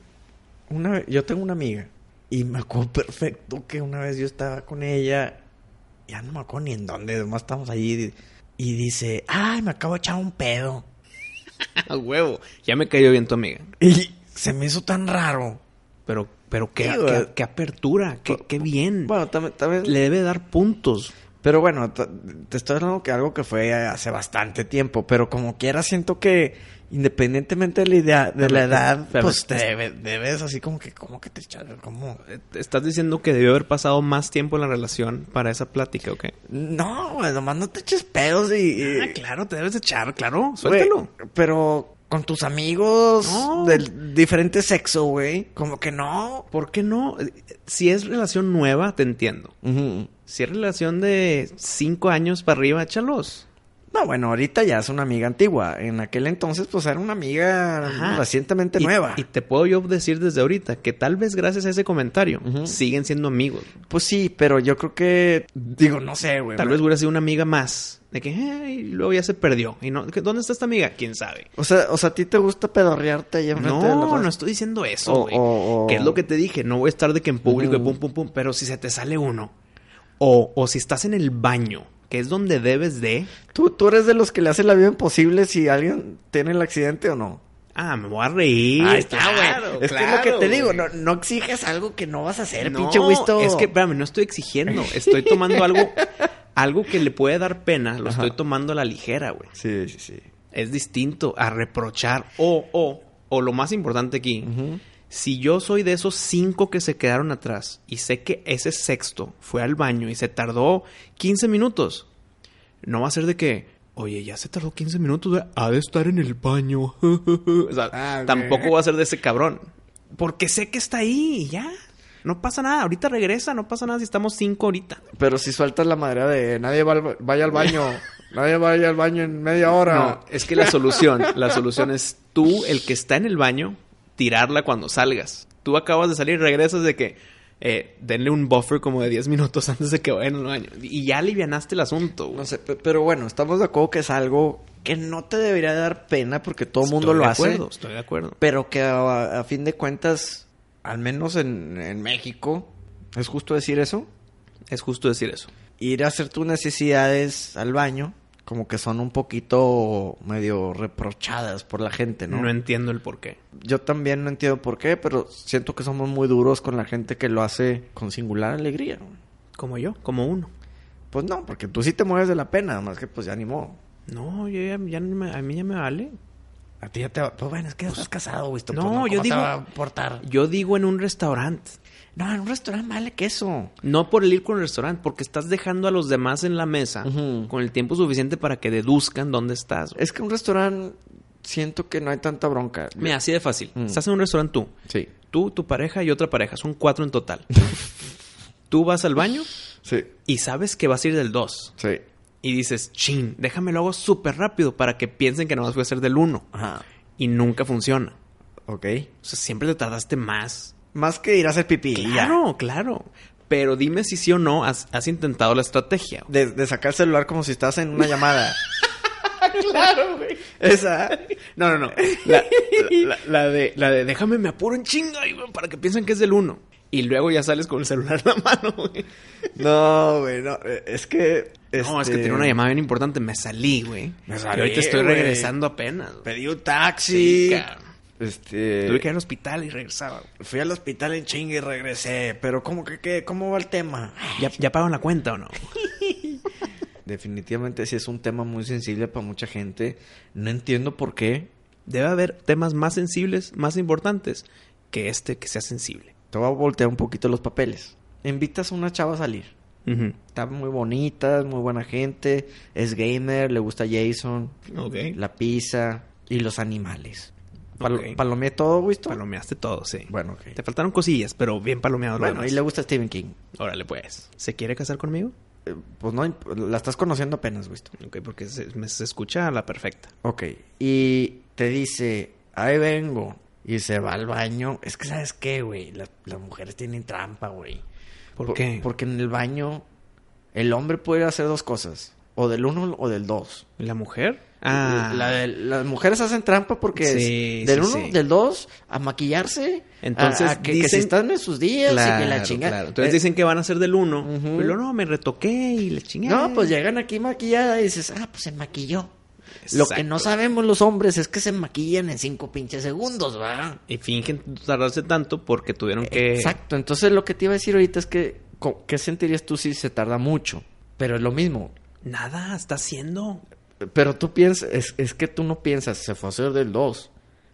Speaker 6: Una ve- yo tengo una amiga y me acuerdo perfecto que una vez yo estaba con ella, ya no me acuerdo ni en dónde, además estamos allí y dice, ay, me acabo de echar un pedo.
Speaker 3: A huevo. Ya me cayó bien tu amiga.
Speaker 6: Y se me hizo tan raro.
Speaker 3: Pero, pero qué,
Speaker 6: Sí,
Speaker 3: qué-
Speaker 6: güey.
Speaker 3: qué apertura, qué,
Speaker 6: Por-
Speaker 3: qué bien.
Speaker 6: Bueno, también... también-
Speaker 3: Le debe dar puntos.
Speaker 6: Pero bueno, t- te estoy hablando que algo que fue hace bastante tiempo, pero como quiera siento que independientemente de la, idea, de la
Speaker 3: Pero-
Speaker 6: edad,
Speaker 3: pero-
Speaker 6: pues te debe- debes así como que, como que te echaron, como...
Speaker 3: Eh, Estás diciendo que debió haber pasado más tiempo en la relación para esa plática, ¿ok? Ah,
Speaker 6: No, güey, nomás no te eches pedos y... y-
Speaker 3: claro, te debes echar, claro.
Speaker 6: Güey, pero con tus amigos
Speaker 3: No.
Speaker 6: del diferente sexo, güey. Como que no.
Speaker 3: ¿Por qué no? Eh, Si es relación nueva, te entiendo.
Speaker 6: Ujú.
Speaker 3: Si es relación de cinco años para arriba, échalos.
Speaker 6: No, bueno, ahorita ya es una amiga antigua. En aquel entonces, pues era una amiga
Speaker 3: Ajá.
Speaker 6: recientemente
Speaker 3: Y-
Speaker 6: nueva.
Speaker 3: Y te puedo yo decir desde ahorita que tal vez gracias a ese comentario
Speaker 6: Ujú.
Speaker 3: siguen siendo amigos.
Speaker 6: Pues sí, pero yo creo que. Digo, no sé, güey.
Speaker 3: Tal vez hubiera sido una amiga más. De que, "Eh", y luego ya se perdió. Y no, que, ¿Dónde está esta amiga? ¿Quién sabe?
Speaker 6: O sea, o sea, ¿a ti te gusta pedorrearte ahí enfrente de la
Speaker 3: No,
Speaker 6: raza?
Speaker 3: no estoy diciendo eso,
Speaker 6: O-
Speaker 3: güey.
Speaker 6: o- o-
Speaker 3: Que es lo que te dije. No voy a estar de que en público y
Speaker 6: Ujú.
Speaker 3: pum, pum, pum. Pero si se te sale uno. O, o si estás en el baño, que es donde debes de...
Speaker 6: ¿Tú, tú eres de los que le hace la vida imposible si alguien tiene el accidente o no.
Speaker 3: Ah, me voy a reír.
Speaker 6: Ahí está, güey.
Speaker 3: Claro,
Speaker 6: es que es lo
Speaker 3: claro,
Speaker 6: que te
Speaker 3: güey.
Speaker 6: digo, no, no exiges algo que no vas a hacer,
Speaker 3: No,
Speaker 6: pinche Wisto.
Speaker 3: Es que, espérame, no estoy exigiendo. Estoy tomando [laughs] algo, algo que le puede dar pena, lo estoy tomando a la ligera, güey.
Speaker 6: Sí, sí, sí.
Speaker 3: Es distinto a reprochar o, o, o lo más importante aquí.
Speaker 6: Ujú.
Speaker 3: Si yo soy de esos cinco que se quedaron atrás y sé que ese sexto fue al baño y se tardó 15 minutos, no va a ser de que, oye, ya se tardó 15 minutos, güey, ha de estar en el baño. [laughs] o sea,
Speaker 6: Ah, ok.
Speaker 3: tampoco va a ser de ese cabrón. Porque sé que está ahí y ya. No pasa nada, ahorita regresa, no pasa nada si estamos cinco ahorita.
Speaker 6: Pero si sueltas la madera de nadie va al ba- vaya al baño, nadie vaya al baño en media hora.
Speaker 3: No, es que la solución, la solución es tú, el que está en el baño, tirarla cuando salgas. Tú acabas de salir, regresas de que eh, denle un buffer como de 10 minutos [laughs] antes de que vayan al baño. Y ya alivianaste el asunto. güey.
Speaker 6: No sé, pe- pero bueno, estamos de acuerdo que es algo que no te debería dar pena porque todo el mundo
Speaker 3: Estoy
Speaker 6: lo
Speaker 3: de
Speaker 6: hace.
Speaker 3: acuerdo, Estoy de acuerdo.
Speaker 6: Pero que a, a fin de cuentas, al menos en, en México, es justo decir eso.
Speaker 3: Es justo decir eso.
Speaker 6: Ir a hacer tus necesidades al baño, como que son un poquito medio reprochadas por la gente, ¿no?
Speaker 3: No entiendo el por qué.
Speaker 6: Yo también no entiendo por qué, pero siento que somos muy duros con la gente que lo hace con singular alegría. ¿no?
Speaker 3: Como yo, como uno.
Speaker 6: Pues no, porque tú sí te mueves de la pena, más que pues ya ni modo.
Speaker 3: No, yo ya, ya no me- a mí ya me vale.
Speaker 6: A ti ya te va. Pues bueno, es que estás casado, güey. esto,
Speaker 3: no,
Speaker 6: pues,
Speaker 3: yo
Speaker 6: ¿cómo te
Speaker 3: digo-
Speaker 6: va a portar?
Speaker 3: Yo digo en un restaurante.
Speaker 6: No, en un restaurante vale queso.
Speaker 3: No por el ir con el restaurante, porque estás dejando a los demás en la mesa
Speaker 6: Ujú.
Speaker 3: con el tiempo suficiente para que deduzcan dónde estás. güey.
Speaker 6: Es que un restaurante siento que no hay tanta bronca.
Speaker 3: Mira, así de fácil.
Speaker 6: Mm.
Speaker 3: Estás en un restaurante tú.
Speaker 6: Sí,
Speaker 3: Tú, tu pareja y otra pareja. Son cuatro en
Speaker 6: [laughs]
Speaker 3: total. tú vas al baño
Speaker 6: sí,
Speaker 3: y sabes que vas a ir del 2.
Speaker 6: sí.
Speaker 3: Y dices, chin, déjame lo hago súper rápido para que piensen que nomás voy a hacer del 1.
Speaker 6: Ajá.
Speaker 3: Y nunca funciona.
Speaker 6: Ok.
Speaker 3: O sea, siempre te tardaste más.
Speaker 6: Más que ir a hacer pipí. y ya.
Speaker 3: Claro, claro. Pero dime si sí o no has, has intentado la estrategia.
Speaker 6: De, de sacar el celular como si estás en una [laughs] llamada.
Speaker 3: Claro, güey.
Speaker 6: [laughs] Esa.
Speaker 3: No, no, no. La, la- la- la de, la de déjame me apuro en chinga y, güey, para que piensen que es del 1. Y luego ya sales con el celular en la mano, güey.
Speaker 6: No, güey, no. eh, Es que.
Speaker 3: No, es que
Speaker 6: este,
Speaker 3: tiene una llamada bien importante. Me salí, güey.
Speaker 6: Me
Speaker 3: Y
Speaker 6: salí,
Speaker 3: ahorita estoy
Speaker 6: güey.
Speaker 3: regresando apenas. güey.
Speaker 6: Pedí un taxi.
Speaker 3: Sí, cabrón.
Speaker 6: este.
Speaker 3: Tuve que ir al hospital y regresaba. güey.
Speaker 6: Fui al hospital en chinga y regresé. Pero, ¿cómo que qué? ¿Cómo va el tema?
Speaker 3: ¿Ya, ¿Ya pagaron la cuenta o no?
Speaker 6: Definitivamente sí es un tema muy sensible para mucha gente. No entiendo por qué.
Speaker 3: Debe haber temas más sensibles, más importantes que este que sea sensible.
Speaker 6: Te voy a voltear un poquito los papeles. Invitas a una chava a salir. Está muy bonita, es muy buena gente, es gamer, le gusta Jason,
Speaker 3: Ok.
Speaker 6: la pizza y los animales. Palo
Speaker 3: Ok.
Speaker 6: ¿Palomeé todo, Wisto?
Speaker 3: Palomeaste todo, sí.
Speaker 6: Bueno, ok.
Speaker 3: Te faltaron cosillas, pero bien palomeado. lo
Speaker 6: Bueno, y
Speaker 3: demás.
Speaker 6: le gusta Stephen King.
Speaker 3: Órale, pues. ¿Se quiere casar conmigo?
Speaker 6: Eh, pues no, imp- la estás conociendo apenas, Wisto.
Speaker 3: Ok, porque se, me, se escucha a la perfecta.
Speaker 6: Ok. Y te dice, ahí vengo. Y se va al baño. Es que, ¿sabes qué, güey? Las, las mujeres tienen trampa, güey.
Speaker 3: ¿Por, qué?
Speaker 6: Porque en el baño el hombre puede hacer dos cosas. O del uno o del dos.
Speaker 3: ¿La mujer? Ah.
Speaker 6: La de- las mujeres hacen trampa porque es
Speaker 3: Sí,
Speaker 6: del
Speaker 3: sí,
Speaker 6: uno,
Speaker 3: sí.
Speaker 6: del dos, a maquillarse.
Speaker 3: Entonces,
Speaker 6: a- a que, que
Speaker 3: dicen-
Speaker 6: si están en sus días y que la
Speaker 3: Claro,
Speaker 6: chingada.
Speaker 3: claro. Entonces
Speaker 6: Eh,
Speaker 3: dicen que van a ser del 1.
Speaker 6: Ujú.
Speaker 3: Pero no, me retoqué y la chingada.
Speaker 6: No, pues llegan aquí maquillada y dices, ah, pues se maquilló. Lo
Speaker 3: Exacto.
Speaker 6: que no sabemos los hombres es que se maquillan en cinco pinches segundos, ¿verdad?
Speaker 3: Y fingen tardarse tanto porque tuvieron que.
Speaker 6: Exacto. Entonces lo que te iba a decir ahorita es que, co- ¿qué sentirías tú si se tarda mucho? Pero es lo mismo.
Speaker 3: Nada, está haciendo.
Speaker 6: Pero tú piensas, es, es que tú no piensas, se fue a hacer del 2.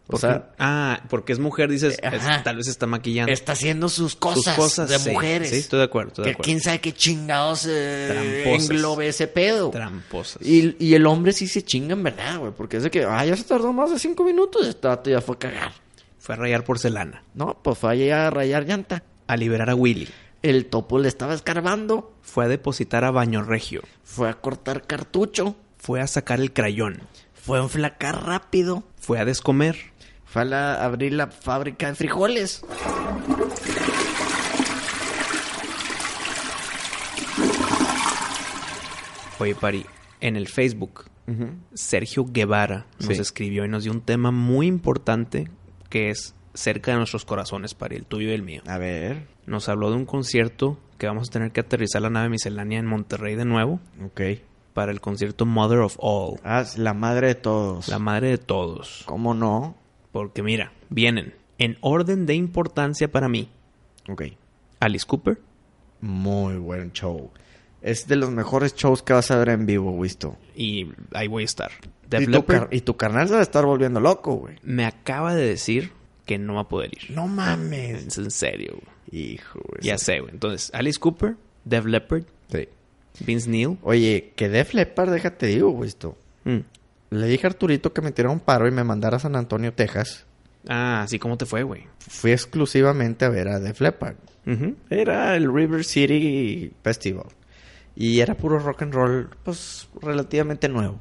Speaker 6: O
Speaker 3: Porque-
Speaker 6: sea, eh,
Speaker 3: ah, porque es mujer, dices,
Speaker 6: Ajá.
Speaker 3: es- tal vez está maquillando.
Speaker 6: está haciendo sus cosas,
Speaker 3: Sus cosas
Speaker 6: de
Speaker 3: sí,
Speaker 6: mujeres.
Speaker 3: Sí, estoy de acuerdo, estoy de
Speaker 6: que
Speaker 3: acuerdo.
Speaker 6: quién sabe qué chingados eh,
Speaker 3: Tramposas.
Speaker 6: englobe ese pedo.
Speaker 3: Tramposas.
Speaker 6: Y, y el hombre sí se chinga en verdad, güey. Porque es de que, ah, ya se tardó más de cinco minutos. Este vato ya fue a cagar.
Speaker 3: Fue a rayar porcelana,
Speaker 6: No, pues fue allí a rayar llanta.
Speaker 3: a liberar a Willy.
Speaker 6: El topo le estaba escarbando.
Speaker 3: Fue a depositar a Baño Regio.
Speaker 6: Fue a cortar cartucho.
Speaker 3: Fue a sacar el crayón.
Speaker 6: Fue a enflacar rápido.
Speaker 3: Fue a descomer.
Speaker 6: Fue a la- abrir la fábrica de frijoles.
Speaker 3: Oye, Pari, en el Facebook, Sergio Guevara nos
Speaker 6: Sí.
Speaker 3: escribió y nos dio un tema muy importante que es cerca de nuestros corazones, Pari, el tuyo y el mío.
Speaker 6: A ver.
Speaker 3: Nos habló de un concierto que vamos a tener que aterrizar la nave miscelánea en Monterrey de nuevo
Speaker 6: Ok.
Speaker 3: para el concierto Mother of All,
Speaker 6: Ah, la madre de todos.
Speaker 3: la madre de todos.
Speaker 6: ¿Cómo no?
Speaker 3: Porque mira, vienen en orden de importancia para mí.
Speaker 6: Ok.
Speaker 3: Alice Cooper,
Speaker 6: Muy buen show. Es de los mejores shows que vas a ver en vivo, Wisto.
Speaker 3: y ahí voy a estar. Def
Speaker 6: Y tu,
Speaker 3: Leppard
Speaker 6: car- y tu carnal se va a estar volviendo loco, güey.
Speaker 3: me acaba de decir que no va a poder ir.
Speaker 6: No mames.
Speaker 3: Es en serio. güey.
Speaker 6: Hijo, güey.
Speaker 3: Ya sé, güey. Entonces, Alice Cooper, Dev Leppard,
Speaker 6: Sí.
Speaker 3: Vince Neil.
Speaker 6: Oye, que Def Leppard, déjate digo, Wisto.
Speaker 3: Mm.
Speaker 6: Le dije a Arturito que me tirara un paro y me mandara a San Antonio, Texas.
Speaker 3: Ah, así como te fue, güey.
Speaker 6: Fui exclusivamente a ver a Def Leppard.
Speaker 3: Ujú.
Speaker 6: Era el River City Festival. Y era puro rock and roll, pues relativamente nuevo.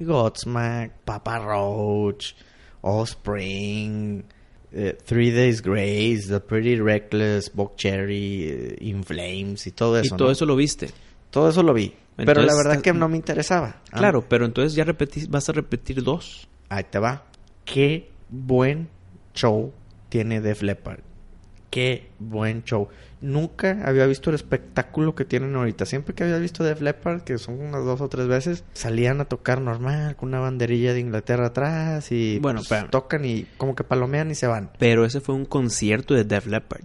Speaker 6: Godsmack, Papa Roach, Offspring, eh, Three Days Grace, The Pretty Reckless, Buck Cherry, eh, In Flames y todo eso.
Speaker 3: y todo
Speaker 6: ¿no?
Speaker 3: eso lo viste.
Speaker 6: Todo eso lo vi. pero la
Speaker 3: Entonces,
Speaker 6: verdad
Speaker 3: estás-
Speaker 6: que no me interesaba. Ah,
Speaker 3: Claro, pero entonces ya repetís- vas a repetir dos.
Speaker 6: Ahí te va. Qué buen show tiene Def Leppard. Qué buen show. Nunca había visto el espectáculo que tienen ahorita. Siempre que había visto Def Leppard, que son unas dos o tres veces, salían a tocar normal con una banderilla de Inglaterra atrás y
Speaker 3: Bueno,
Speaker 6: pues,
Speaker 3: pero-
Speaker 6: tocan y como que palomean y se van.
Speaker 3: Pero ese fue un concierto de Dev Leppard.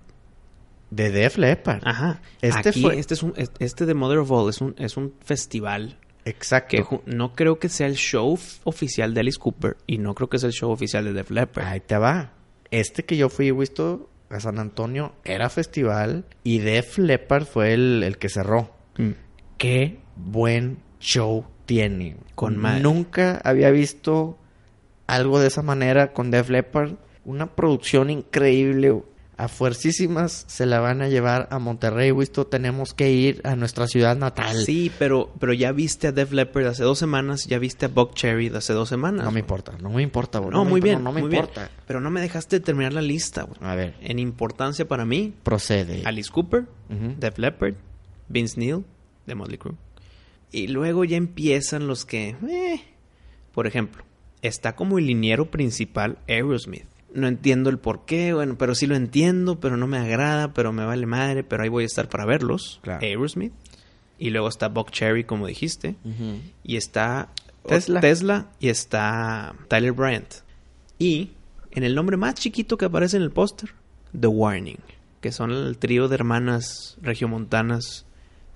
Speaker 6: De Def Leppard.
Speaker 3: Ajá.
Speaker 6: Este
Speaker 3: Este
Speaker 6: fue-
Speaker 3: Este, es un, es- este de Mother of All es un, es un festival que
Speaker 6: Exacto.
Speaker 3: ju- no creo que sea el show f- oficial de Alice Cooper y no creo que sea el show oficial de Def Leppard.
Speaker 6: Ahí te va. Este que yo fui visto a San Antonio era festival y Def Leppard fue el- el que cerró.
Speaker 3: Mm.
Speaker 6: qué buen show tiene.
Speaker 3: Con madre.
Speaker 6: Nunca había visto algo de esa manera con Def Leppard. Una producción increíble. A fuercísimas se la van a llevar a Monterrey, Wisto. Tenemos que ir a nuestra ciudad natal.
Speaker 3: Sí, pero, pero ya viste a Def Leppard hace dos semanas, ya viste a Buck Cherry de hace dos semanas.
Speaker 6: No
Speaker 3: güey.
Speaker 6: me importa, no me importa, bro.
Speaker 3: No,
Speaker 6: me
Speaker 3: muy
Speaker 6: imp-
Speaker 3: bien.
Speaker 6: No, me
Speaker 3: muy bien.
Speaker 6: importa. Ah.
Speaker 3: Pero no me dejaste terminar la lista, güey.
Speaker 6: A ver,
Speaker 3: En importancia para mí,
Speaker 6: procede.
Speaker 3: Alice Cooper,
Speaker 6: Ujú.
Speaker 3: Def Leppard, Vince Neil, de Motley Crue. Y luego ya empiezan los que... eh. Por ejemplo, está como el liniero principal Aerosmith. No entiendo el por qué, bueno, pero sí lo entiendo, pero no me agrada, pero me vale madre, pero ahí voy a estar para verlos.
Speaker 6: Claro.
Speaker 3: Aerosmith. Y luego está Buck Cherry, como dijiste.
Speaker 6: Ujú.
Speaker 3: Y está
Speaker 6: Tesla.
Speaker 3: Tesla. y está Tyler Bryant. Y en el nombre más chiquito que aparece en el póster, The Warning, que son el trío de hermanas regiomontanas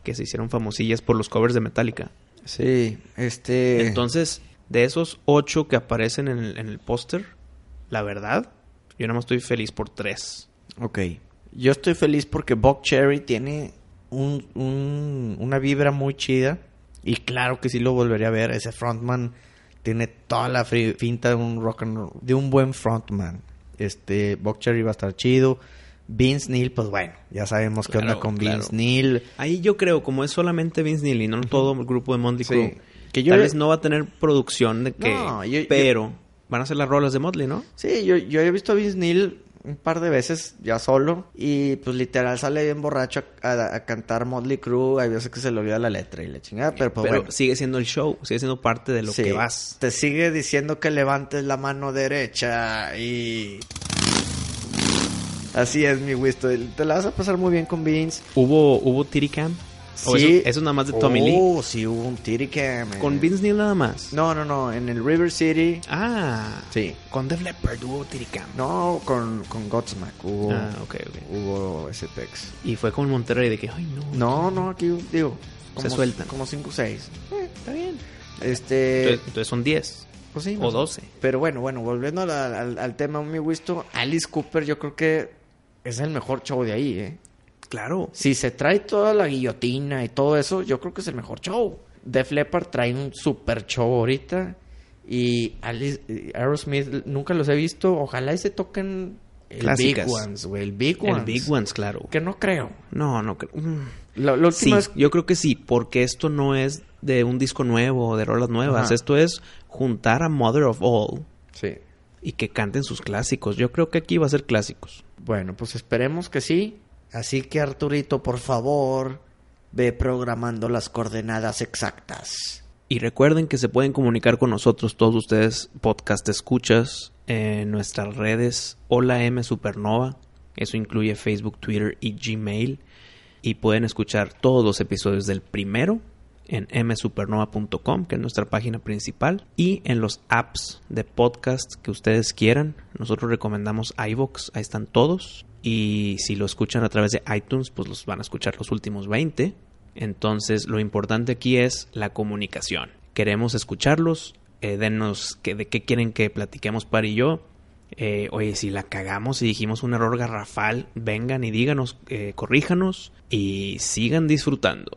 Speaker 3: que se hicieron famosillas por los covers de Metallica.
Speaker 6: Sí, este.
Speaker 3: Entonces, de esos ocho que aparecen en el, en el póster, la verdad, yo nada más estoy feliz por tres.
Speaker 6: Ok. Yo estoy feliz porque Buck Cherry tiene un, un- una vibra muy chida. Y claro que sí lo volvería a ver. Ese frontman tiene toda la fri- finta de un rock and roll- de un buen frontman. Este, Buck Cherry va a estar chido. Vince Neil, pues bueno, ya sabemos qué onda
Speaker 3: Claro,
Speaker 6: con
Speaker 3: claro.
Speaker 6: Vince Neil.
Speaker 3: Ahí yo creo, como es solamente Vince Neil y no todo el grupo de Motley
Speaker 6: Sí.
Speaker 3: Crue,
Speaker 6: Que
Speaker 3: que
Speaker 6: yo-
Speaker 3: tal vez no va a tener producción de que...
Speaker 6: No, yo- yo-
Speaker 3: pero van a ser las rolas de Motley, ¿no?
Speaker 6: Sí, yo, yo he visto a Vince Neil un par de veces ya solo y pues literal sale bien borracho a, a- a cantar Motley Crue. Hay veces que se le olvida la letra y la chingada, pero pues
Speaker 3: pero
Speaker 6: bueno.
Speaker 3: sigue siendo el show, sigue siendo parte de lo
Speaker 6: Sí,
Speaker 3: que vas.
Speaker 6: Te sigue diciendo que levantes la mano derecha y... Así es, mi Wisto. Te la vas a pasar muy bien con Vince.
Speaker 3: ¿Hubo, hubo Titty Cam? ¿O
Speaker 6: Sí.
Speaker 3: Eso, eso nada más de Tommy Lee.
Speaker 6: Oh, sí, hubo un titty cam. eh.
Speaker 3: ¿Con Vince Neil nada más?
Speaker 6: No, no, no. En el River City.
Speaker 3: Ah.
Speaker 6: Sí.
Speaker 3: Con Def Leppard hubo Titty Cam.
Speaker 6: No, con, con Godsmack. Hubo,
Speaker 3: Ah, ok, ok.
Speaker 6: hubo ese pex.
Speaker 3: Y fue con Monterrey de que, ay, no.
Speaker 6: No, no, aquí digo.
Speaker 3: Se sueltan.
Speaker 6: Como 5 o 6.
Speaker 3: Está bien.
Speaker 6: Este...
Speaker 3: Entonces, entonces son 10. Pues sí,
Speaker 6: O
Speaker 3: los
Speaker 6: 12. Pero bueno, bueno, volviendo al, al- al tema, mi Wisto, Alice Cooper yo creo que es el mejor show de ahí, ¿eh?
Speaker 3: Claro.
Speaker 6: Si se trae toda la guillotina y todo eso, yo creo que es el mejor show. Def Leppard trae un super show ahorita y Alice, y Aerosmith nunca los he visto. Ojalá y se toquen el
Speaker 3: Clásicas.
Speaker 6: Big Ones, güey, el Big Ones.
Speaker 3: El Big Ones, claro.
Speaker 6: Que no creo.
Speaker 3: No, no creo. mm.
Speaker 6: La, la
Speaker 3: Sí,
Speaker 6: última es-
Speaker 3: yo creo que sí, porque esto no es de un disco nuevo o de rolas nuevas.
Speaker 6: Ajá.
Speaker 3: Esto es juntar a Mother of All
Speaker 6: Sí.
Speaker 3: y que canten sus clásicos. Yo creo que aquí va a ser clásicos.
Speaker 6: Bueno, pues esperemos que sí. Así que Arturito, por favor, ve programando las coordenadas exactas.
Speaker 3: Y recuerden que se pueden comunicar con nosotros todos ustedes, podcast escuchas, en nuestras redes Hola M Supernova. Eso incluye Facebook, Twitter y Gmail. Y pueden escuchar todos los episodios del primero en msupernova.com, que es nuestra página principal, y en los apps de podcast que ustedes quieran. Nosotros recomendamos iVoox, ahí están todos. Y si lo escuchan a través de iTunes, pues los van a escuchar los últimos 20. Entonces, lo importante aquí es la comunicación. Queremos escucharlos, eh, denos que, de qué quieren que platiquemos Par y yo. Eh, oye, si la cagamos y dijimos un error garrafal, vengan y díganos, eh, corríjanos y sigan disfrutando.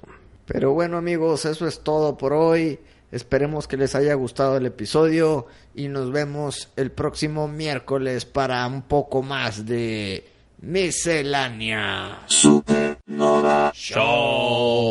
Speaker 6: Pero bueno amigos, eso es todo por hoy. Esperemos que les haya gustado el episodio y nos vemos el próximo miércoles para un poco más de miscelánea. Supernova Show.